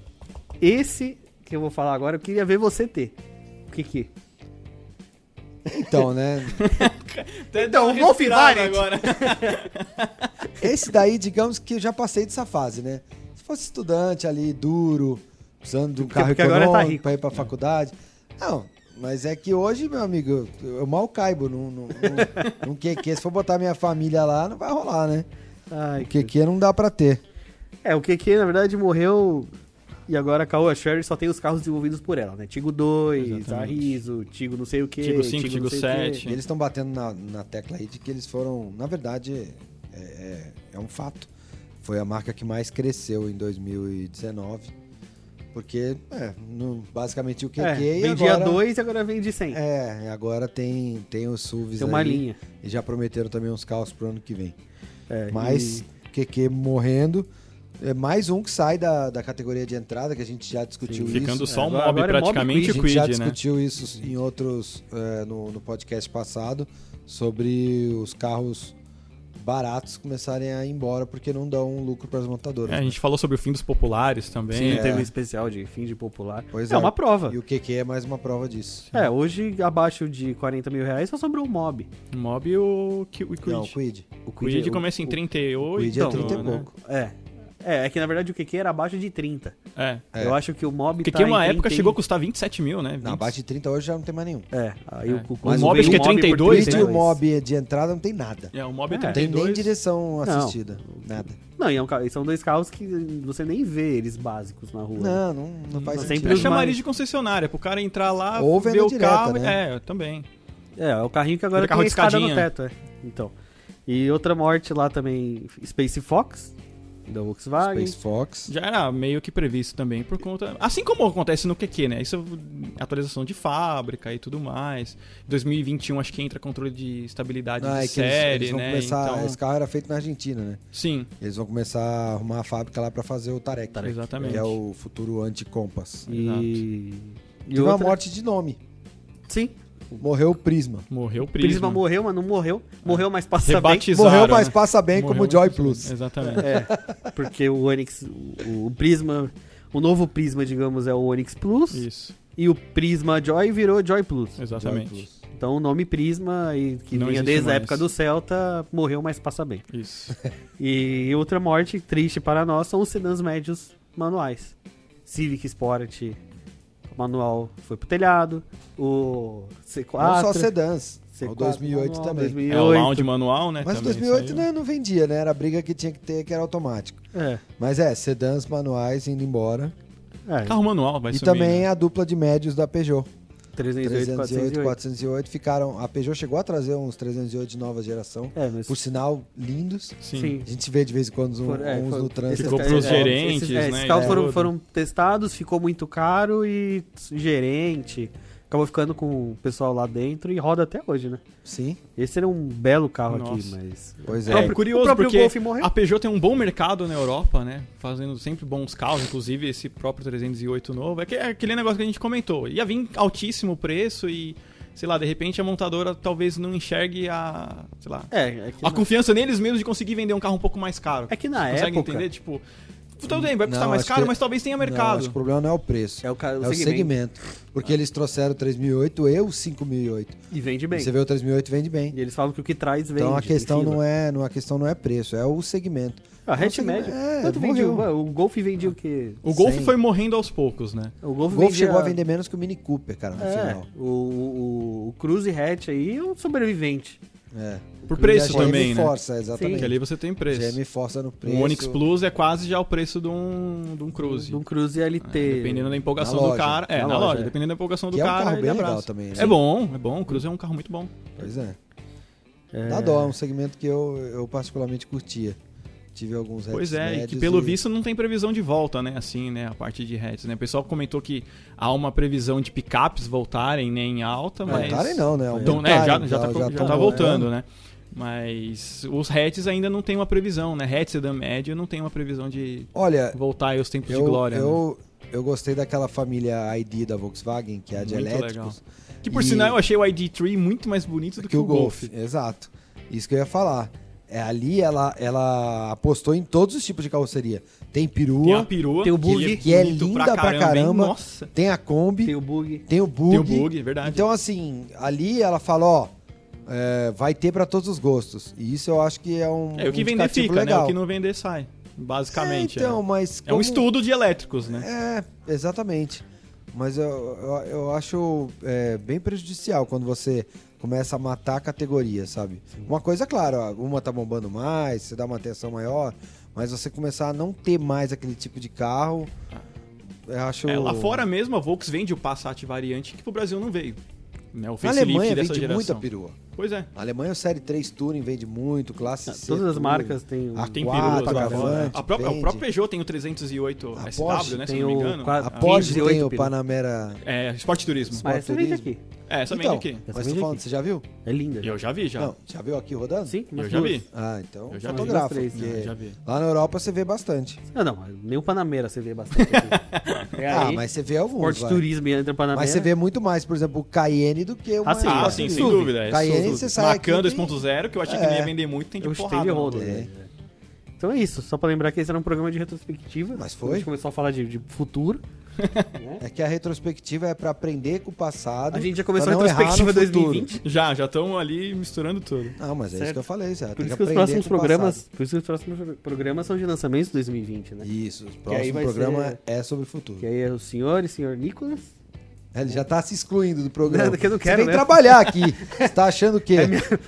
Speaker 2: esse que eu vou falar agora, eu queria ver você ter. O que que?
Speaker 4: Então, né?
Speaker 3: Até
Speaker 2: Então,
Speaker 3: deu uma
Speaker 2: o Golf
Speaker 3: respirada
Speaker 2: Variant.
Speaker 3: Agora.
Speaker 4: Esse daí, digamos que eu já passei dessa fase, né? Se fosse estudante ali, duro, precisando de um
Speaker 2: Porque-
Speaker 4: carro
Speaker 2: porque agora
Speaker 4: econômico
Speaker 2: tá rico.
Speaker 4: pra ir pra faculdade. Não, mas é que hoje, meu amigo, eu, eu mal caibo num, num, num- num QQ. Se for botar minha família lá, não vai rolar, né?
Speaker 2: Ai,
Speaker 4: O QQ não dá pra ter.
Speaker 2: É, o que que na verdade morreu e agora a Caoa Sherry só tem os carros desenvolvidos por ela, né? Tigo 2,
Speaker 3: Exatamente.
Speaker 2: Arriso, Tigo não sei o que,
Speaker 3: Tigo 5, Tigo 7.
Speaker 4: E eles estão batendo na, na tecla aí de que eles foram, na verdade, é, é- é um fato. Foi a marca que mais cresceu em 2019. Porque, é, no- basicamente o QQ
Speaker 2: É,
Speaker 4: e
Speaker 2: vendia
Speaker 4: agora...
Speaker 2: 2 e agora vende 100.
Speaker 4: É, e agora tem, tem os SUVs
Speaker 2: tem uma
Speaker 4: aí,
Speaker 2: linha.
Speaker 4: E já prometeram também uns carros pro ano que vem.
Speaker 2: É,
Speaker 4: Mas
Speaker 2: e-
Speaker 4: QQ morrendo. É mais um que sai da, da categoria de entrada, que a gente já discutiu isso. né?
Speaker 3: Ficando só um
Speaker 2: agora-
Speaker 3: mob
Speaker 2: agora é mob
Speaker 3: praticamente
Speaker 4: a
Speaker 3: o
Speaker 4: gente
Speaker 3: Quid,
Speaker 4: já
Speaker 3: né?
Speaker 4: discutiu isso em outros é, no, no podcast passado sobre os carros baratos começarem a ir embora porque não dão lucro para as montadoras.
Speaker 3: É, a gente falou sobre o fim dos populares também.
Speaker 2: Sim,
Speaker 3: né?
Speaker 2: teve um especial de fim de popular.
Speaker 4: Pois
Speaker 2: é,
Speaker 4: é.
Speaker 2: uma prova.
Speaker 3: então.
Speaker 4: E o QQ é mais uma prova disso.
Speaker 2: É, hoje abaixo de 40 mil reais só sobrou o Mob.
Speaker 3: O Mob e o, Qui- o Quid.
Speaker 4: Não, o Quid.
Speaker 2: O
Speaker 3: o Quid
Speaker 2: o-
Speaker 3: começa em
Speaker 2: o-
Speaker 3: 38.
Speaker 4: Quid é 30 e
Speaker 3: né?
Speaker 4: pouco.
Speaker 2: É. é. É que na verdade o QQ era abaixo de 30.
Speaker 3: É.
Speaker 4: É.
Speaker 2: Eu acho que o Mob
Speaker 3: Porque
Speaker 2: tá
Speaker 3: que uma
Speaker 2: em
Speaker 3: época
Speaker 2: 30 e-
Speaker 3: chegou a custar 27 mil, né? 20.
Speaker 4: Na abaixo de 30 hoje já não tem mais nenhum.
Speaker 2: É, aí
Speaker 3: É.
Speaker 2: o, o,
Speaker 3: Mas
Speaker 2: o
Speaker 3: o Mob acho que é
Speaker 2: veio por
Speaker 3: 32,
Speaker 4: Quid
Speaker 3: né?
Speaker 4: e o Mob de entrada não tem nada.
Speaker 3: É, o Mob é,
Speaker 2: É.
Speaker 4: Não tem nem
Speaker 3: 32.
Speaker 4: direção
Speaker 2: Não.
Speaker 4: assistida. Nada.
Speaker 2: Não, e é um ca- e são dois carros que você nem vê eles básicos na rua. né?
Speaker 4: Não, não, não faz
Speaker 2: Mas
Speaker 4: sentido.
Speaker 2: sempre
Speaker 3: Eu
Speaker 2: os
Speaker 3: chamaria
Speaker 2: mais-
Speaker 3: de concessionária, pro cara entrar lá,
Speaker 4: tipo, Ou
Speaker 3: ver
Speaker 4: venda
Speaker 3: o
Speaker 4: direta,
Speaker 3: carro.
Speaker 4: né?
Speaker 3: É, eu também.
Speaker 2: É, é o carrinho que agora
Speaker 3: Aquele carro
Speaker 2: tem a
Speaker 3: de
Speaker 2: escada no
Speaker 3: escadinha.
Speaker 2: teto, é. Então. E outra morte lá também, Space Fox, da Volkswagen.
Speaker 4: Space Fox.
Speaker 3: Já era meio que previsto também por conta. Assim como acontece no QQ, né? Isso é atualização de fábrica e tudo mais. 2021 acho que entra controle de estabilidade
Speaker 4: Não,
Speaker 3: de
Speaker 4: é que eles-
Speaker 3: série,
Speaker 4: eles vão
Speaker 3: né?
Speaker 4: começar-
Speaker 3: então,
Speaker 4: Esse carro era feito na Argentina, né?
Speaker 3: sim,
Speaker 4: Eles vão começar a arrumar a fábrica lá pra fazer o Tarek.
Speaker 3: Tarek. Exatamente.
Speaker 4: Que é o futuro anti-compass. E,
Speaker 2: E.
Speaker 4: teve uma morte de nome.
Speaker 2: Sim.
Speaker 4: Morreu o Prisma.
Speaker 3: morreu o
Speaker 2: Prisma.
Speaker 3: Prisma.
Speaker 2: morreu, mas não morreu. Morreu, mas passa bem.
Speaker 3: Rebatizaram.
Speaker 4: Morreu, mas
Speaker 3: né?
Speaker 4: passa bem
Speaker 3: Morreu,
Speaker 4: como Joy
Speaker 3: mas passa bem.
Speaker 4: Plus.
Speaker 3: Exatamente.
Speaker 2: É, porque o Onix, o, o Prisma, o novo Prisma, digamos, é o Onix Plus.
Speaker 3: Isso,
Speaker 2: E o Prisma Joy virou Joy Plus.
Speaker 3: exatamente.
Speaker 4: Joy Plus.
Speaker 2: Então o nome Prisma, e, que
Speaker 3: Não
Speaker 2: vinha
Speaker 3: existe
Speaker 2: desde a
Speaker 3: mais.
Speaker 2: época do Celta, morreu, mas passa bem.
Speaker 3: Isso.
Speaker 2: E outra morte triste para nós são os sedãs médios manuais. Civic Sport o manual foi pro telhado, o C4.
Speaker 4: não só sedãs.
Speaker 2: C4
Speaker 4: o 2008
Speaker 2: manual,
Speaker 4: também.
Speaker 2: 2008.
Speaker 3: É o lounge manual, né?
Speaker 4: Mas o
Speaker 3: também
Speaker 4: 2008
Speaker 3: saiu.
Speaker 4: né, não vendia, né? Era a briga que tinha que ter, que era automático.
Speaker 2: É,
Speaker 4: Mas é, sedãs manuais indo embora.
Speaker 2: é,
Speaker 3: Carro manual, vai
Speaker 4: e
Speaker 3: sumir,
Speaker 4: também
Speaker 3: né?
Speaker 4: a dupla de médios da Peugeot.
Speaker 2: 308,
Speaker 4: 308,
Speaker 2: 408.
Speaker 4: 408 ficaram. A Peugeot chegou a trazer uns 308 de nova geração,
Speaker 2: É, mas
Speaker 4: por sinal, lindos.
Speaker 3: Sim.
Speaker 2: sim.
Speaker 4: A gente vê de vez em quando uns,
Speaker 2: For- é,
Speaker 4: uns
Speaker 2: for-
Speaker 4: no trânsito.
Speaker 3: Ficou
Speaker 2: esses-
Speaker 3: pros
Speaker 2: é,
Speaker 3: gerentes,
Speaker 2: esses- é, esses
Speaker 3: né,
Speaker 2: carros
Speaker 3: e
Speaker 2: foram,
Speaker 3: tudo.
Speaker 2: foram testados, ficou muito caro e gerente. Acabou ficando com o pessoal lá dentro e roda até hoje, né?
Speaker 4: Sim,
Speaker 2: Esse era um belo carro aqui,
Speaker 3: Nossa.
Speaker 2: mas.
Speaker 4: pois
Speaker 3: É,
Speaker 4: é.
Speaker 2: próprio- o
Speaker 3: curioso
Speaker 2: próprio
Speaker 3: porque
Speaker 2: Golf morreu.
Speaker 3: a Peugeot tem um bom mercado na Europa, né? Fazendo sempre bons carros, inclusive esse próprio 308 novo. É, que, é aquele negócio que a gente comentou. Ia vir altíssimo preço e, sei lá, de repente a montadora talvez não enxergue a, sei lá,
Speaker 2: É, é que,
Speaker 3: a
Speaker 2: na,
Speaker 3: confiança neles mesmos de conseguir vender um carro um pouco mais caro.
Speaker 2: é que na
Speaker 3: Consegue
Speaker 2: época.
Speaker 3: entender? Tipo, tudo bem, vai custar
Speaker 4: Não,
Speaker 3: mais
Speaker 4: acho
Speaker 3: caro,
Speaker 4: que-
Speaker 3: mas talvez tenha
Speaker 4: Não, acho
Speaker 3: mercado.
Speaker 4: que o problema não é o preço.
Speaker 2: É o, ca-
Speaker 4: É
Speaker 2: o
Speaker 4: o segmento. Porque eles trouxeram o 3008 e o 5008.
Speaker 2: E vende bem.
Speaker 4: Você vê o 3008 vende bem.
Speaker 2: E eles falam que o que traz vende.
Speaker 4: Então a questão não
Speaker 2: é.
Speaker 4: é, não, a questão não é preço, é o segmento.
Speaker 2: A
Speaker 4: Então, o
Speaker 2: hatch
Speaker 4: segmento-
Speaker 2: Ah, média.
Speaker 4: é,
Speaker 2: Quanto vendia?
Speaker 4: morreu.
Speaker 2: O Golf vendia o quê?
Speaker 3: O Golf
Speaker 4: Sim.
Speaker 3: foi morrendo aos poucos, né?
Speaker 2: O Golf,
Speaker 4: O Golf
Speaker 2: vendia-
Speaker 4: chegou a vender menos que o Mini Cooper, cara, no
Speaker 2: É,
Speaker 4: final.
Speaker 2: o, o, o Cruze Hatch aí é um sobrevivente.
Speaker 4: É.
Speaker 3: Por preço
Speaker 4: E a GM
Speaker 3: também, né?
Speaker 4: força, exatamente.
Speaker 3: Que ali você tem
Speaker 4: A
Speaker 3: preço.
Speaker 4: GM força no preço.
Speaker 3: O Onix Plus é quase já o preço de um, de um Cruze. É,
Speaker 2: De um Cruze LT.
Speaker 3: Dependendo da empolgação
Speaker 4: Na
Speaker 3: do
Speaker 4: loja.
Speaker 3: cara. É,
Speaker 2: Na
Speaker 3: na,
Speaker 2: loja,
Speaker 3: loja.
Speaker 2: é.
Speaker 3: Dependendo da empolgação do
Speaker 4: Que é um
Speaker 3: cara,
Speaker 4: carro
Speaker 3: ele
Speaker 4: bem
Speaker 3: abraça.
Speaker 4: legal também, né?
Speaker 3: É bom, é bom. O Cruze é um carro muito bom.
Speaker 4: Pois é.
Speaker 2: É.
Speaker 4: Dá dó, é um segmento que eu, eu particularmente curtia. Tive alguns
Speaker 3: pois
Speaker 4: hatches
Speaker 3: é, e que
Speaker 4: médios
Speaker 3: pelo
Speaker 4: e-
Speaker 3: visto não tem previsão de volta, né? Assim, né? A parte de hatch, né? O pessoal comentou que há uma previsão de picapes voltarem, né? Em alta, mas...
Speaker 4: Voltarem não, né?
Speaker 3: Então, né? Já,
Speaker 4: Aumentarem,
Speaker 3: já, tá, já, tá
Speaker 4: tão é.
Speaker 3: voltando, né? Mas os hatches ainda não tem uma previsão, né? Hatch sedã médio não tem uma previsão de
Speaker 4: Olha,
Speaker 3: voltar aí os tempos
Speaker 4: eu,
Speaker 3: de glória. né?
Speaker 4: eu, eu gostei daquela família ID da Volkswagen, que é a de
Speaker 3: Muito
Speaker 4: elétricos.
Speaker 3: Que por
Speaker 4: e- É
Speaker 3: sinal eu achei o ID3 muito mais bonito do que, o Golf.
Speaker 4: Exato. Isso que eu ia falar. É, ali ela, ela apostou em todos os tipos de carroceria.
Speaker 3: Tem
Speaker 4: Tem
Speaker 3: a
Speaker 4: perua,
Speaker 3: perua,
Speaker 2: Tem o
Speaker 3: que
Speaker 2: bug,
Speaker 3: ele
Speaker 4: que é
Speaker 3: bonito
Speaker 4: linda pra
Speaker 3: hein?
Speaker 4: caramba.
Speaker 3: Nossa.
Speaker 4: tem a
Speaker 2: Tem
Speaker 4: Kombi, tem,
Speaker 2: o bug.
Speaker 4: o bug.
Speaker 3: Tem o bug, é verdade.
Speaker 4: Então, assim, ali ela fala, ó, é, vai ter pra todos os gostos. E isso eu acho que é um
Speaker 3: é, o que
Speaker 4: um
Speaker 3: vender
Speaker 4: indicativo
Speaker 3: fica,
Speaker 4: legal.
Speaker 3: né? O que não vender sai, basicamente.
Speaker 4: É, então,
Speaker 3: é.
Speaker 4: mas
Speaker 3: É um
Speaker 4: como-
Speaker 3: estudo de elétricos, né?
Speaker 4: É, exatamente. Mas eu, eu, eu acho é, bem prejudicial quando você começa a matar a categoria, sabe? Uma coisa, claro, ó, uma tá bombando mais, você dá uma atenção maior, mas você começar a não ter mais aquele tipo de carro, eu acho...
Speaker 3: É, lá fora mesmo, a Volks vende o Passat variante que pro Brasil não veio. Né? O
Speaker 4: Na
Speaker 3: facelift
Speaker 4: Alemanha
Speaker 3: dessa
Speaker 4: vende muita
Speaker 3: geração.
Speaker 4: perua.
Speaker 3: Pois é.
Speaker 4: Na Alemanha o Série 3 Touring vende muito, Classe C
Speaker 2: Ah, Todas as
Speaker 4: Touring.
Speaker 2: marcas têm o.
Speaker 4: A
Speaker 3: Tem
Speaker 4: Quatro,
Speaker 3: perua lá fora.
Speaker 4: Avante,
Speaker 3: A própria, o
Speaker 4: vende.
Speaker 3: próprio Peugeot tem o 308
Speaker 4: A
Speaker 3: SW,
Speaker 4: Porsche
Speaker 3: né? Se
Speaker 2: tem
Speaker 3: eu não me
Speaker 2: o
Speaker 3: engano.
Speaker 2: quatro-
Speaker 4: A Porsche tem
Speaker 2: 15,8
Speaker 4: o
Speaker 2: perua.
Speaker 4: Panamera...
Speaker 3: É, Sport Turismo.
Speaker 2: Mas essa vende aqui.
Speaker 3: É, essa
Speaker 4: então,
Speaker 3: vende aqui.
Speaker 2: Essa
Speaker 4: mas
Speaker 2: vende
Speaker 4: tô falando,
Speaker 2: aqui.
Speaker 4: você já viu?
Speaker 2: É linda.
Speaker 3: Eu já vi, já.
Speaker 4: Não, já viu aqui rodando?
Speaker 2: Sim, umas
Speaker 3: eu já
Speaker 2: duas.
Speaker 3: vi.
Speaker 4: Ah, então
Speaker 3: Eu já vi.
Speaker 4: fotografa.
Speaker 2: Umas três,
Speaker 4: porque
Speaker 3: né? Já vi.
Speaker 4: Lá na Europa você vê bastante.
Speaker 2: Ah, não, nem o Panamera você vê bastante. aqui. É
Speaker 4: ah,
Speaker 2: aí,
Speaker 4: mas você vê alguns,
Speaker 2: Forte
Speaker 4: vai.
Speaker 2: Turismo e entra Panamera.
Speaker 4: Mas você vê muito mais, por exemplo, o Cayenne do que uma...
Speaker 2: Ah, sim,
Speaker 3: Ah,
Speaker 2: eu
Speaker 3: sim,
Speaker 2: acho
Speaker 3: sem
Speaker 2: que-
Speaker 3: dúvida. é,
Speaker 4: Cayenne,
Speaker 3: isso
Speaker 4: você
Speaker 3: tudo.
Speaker 4: sai aqui,
Speaker 3: Macan
Speaker 4: tem-
Speaker 3: 2.0, que eu achei que não ia vender muito, tem de
Speaker 2: Eu né?
Speaker 3: porrada.
Speaker 2: esteve
Speaker 3: na
Speaker 2: roda.
Speaker 3: mão.
Speaker 4: É.
Speaker 2: Então é isso, só pra lembrar que esse era um programa de retrospectiva.
Speaker 4: Mas
Speaker 2: A
Speaker 4: foi.
Speaker 2: gente começou a falar de, de futuro. né?
Speaker 4: É que a retrospectiva é pra aprender com o passado.
Speaker 2: A gente já começou a
Speaker 4: pra não errar no
Speaker 2: retrospectiva
Speaker 4: futuro.
Speaker 2: 2020.
Speaker 3: Já, já estão ali misturando tudo.
Speaker 4: Ah, mas é isso
Speaker 2: Certo.
Speaker 4: que eu falei, já.
Speaker 2: Por
Speaker 4: tem
Speaker 2: isso que os
Speaker 4: que aprender
Speaker 2: próximos
Speaker 4: com o
Speaker 2: programas, por isso que os próximos programas são de lançamentos de 2020, né?
Speaker 4: passado. Isso, o
Speaker 2: aí
Speaker 4: próximo
Speaker 2: vai
Speaker 4: programa
Speaker 2: ser-
Speaker 4: é sobre o futuro.
Speaker 2: Que aí é o senhor e senhor Nicolas.
Speaker 4: É, Ele já tá se excluindo do programa.
Speaker 2: Não, que eu não
Speaker 4: Você
Speaker 2: quero É
Speaker 4: vem
Speaker 2: mesmo.
Speaker 4: trabalhar aqui. Você tá achando o quê?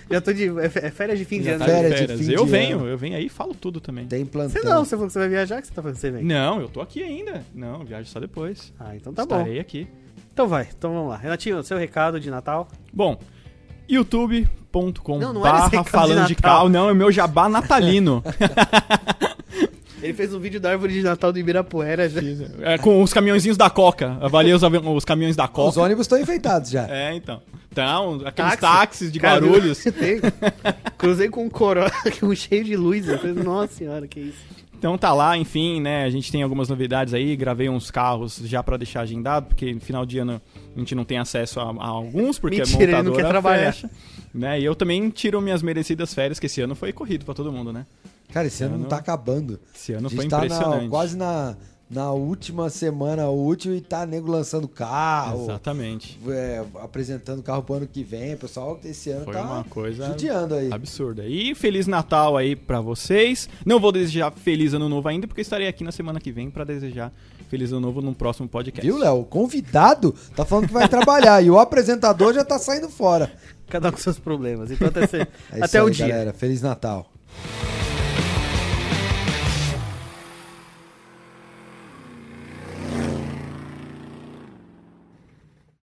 Speaker 2: Já tô de é fe- é férias de fim de
Speaker 3: Já
Speaker 2: ano.
Speaker 3: tá
Speaker 2: né?
Speaker 4: férias de fim de
Speaker 3: Eu
Speaker 4: ano.
Speaker 3: venho, eu venho aí e falo tudo também.
Speaker 4: Tem plantão.
Speaker 2: Você não, você falou que você vai viajar, que você tá falando que você vem.
Speaker 3: Não, eu tô aqui ainda. Não, viajo só depois.
Speaker 2: Ah, então tá bom.
Speaker 3: Estarei aqui.
Speaker 2: Então vai, então vamos lá. Renatinho, seu recado de Natal.
Speaker 3: Bom, youtube.com
Speaker 2: Não, não era esse
Speaker 3: barra
Speaker 2: recado de
Speaker 3: falando de
Speaker 2: Natal.
Speaker 3: cal. Não, é meu jabá natalino.
Speaker 2: Ele fez um vídeo da árvore de Natal do Ibirapuera. Já.
Speaker 3: É, com os caminhõezinhos da Coca. Avalia os, avi- os caminhões da
Speaker 4: Os
Speaker 3: Coca.
Speaker 4: ônibus estão enfeitados já.
Speaker 3: É, então. Então, aqueles
Speaker 2: Táxi.
Speaker 3: táxis de
Speaker 2: Cara, eu-
Speaker 3: Guarulhos.
Speaker 2: Tem. Cruzei com um Corolla, um cheio de luz. Eu falei, nossa senhora, que isso.
Speaker 3: Então tá lá, enfim, né? A gente tem algumas novidades aí, gravei uns carros já pra deixar agendado, porque no final de ano a gente não tem acesso a, a alguns, porque
Speaker 2: Mentira, ele
Speaker 3: a
Speaker 2: não
Speaker 3: montadora
Speaker 2: quer trabalhar.
Speaker 3: fecha, né? E eu também tiro minhas merecidas férias, que esse ano foi corrido pra todo mundo, né?
Speaker 4: Cara, esse ano não tá acabando.
Speaker 3: Esse ano
Speaker 4: A gente
Speaker 3: foi
Speaker 4: tá na-
Speaker 3: impressionante.
Speaker 4: quase na, na última semana útil e tá nego lançando
Speaker 2: Ah,
Speaker 4: carro,
Speaker 3: Exatamente.
Speaker 4: é, apresentando carro pro ano que vem. O pessoal esse ano
Speaker 3: Foi
Speaker 4: tá
Speaker 3: uma coisa
Speaker 4: judiando aí.
Speaker 3: absurda. E feliz Natal aí pra vocês. Não vou desejar feliz ano novo ainda, porque estarei aqui na semana que vem pra desejar feliz ano novo num próximo podcast.
Speaker 4: Viu, Léo? O convidado tá falando que vai trabalhar e o apresentador já tá saindo fora.
Speaker 2: Cada um com seus problemas. Então até, se-
Speaker 4: É isso
Speaker 2: até
Speaker 4: aí,
Speaker 2: o dia.
Speaker 4: galera. Feliz Natal.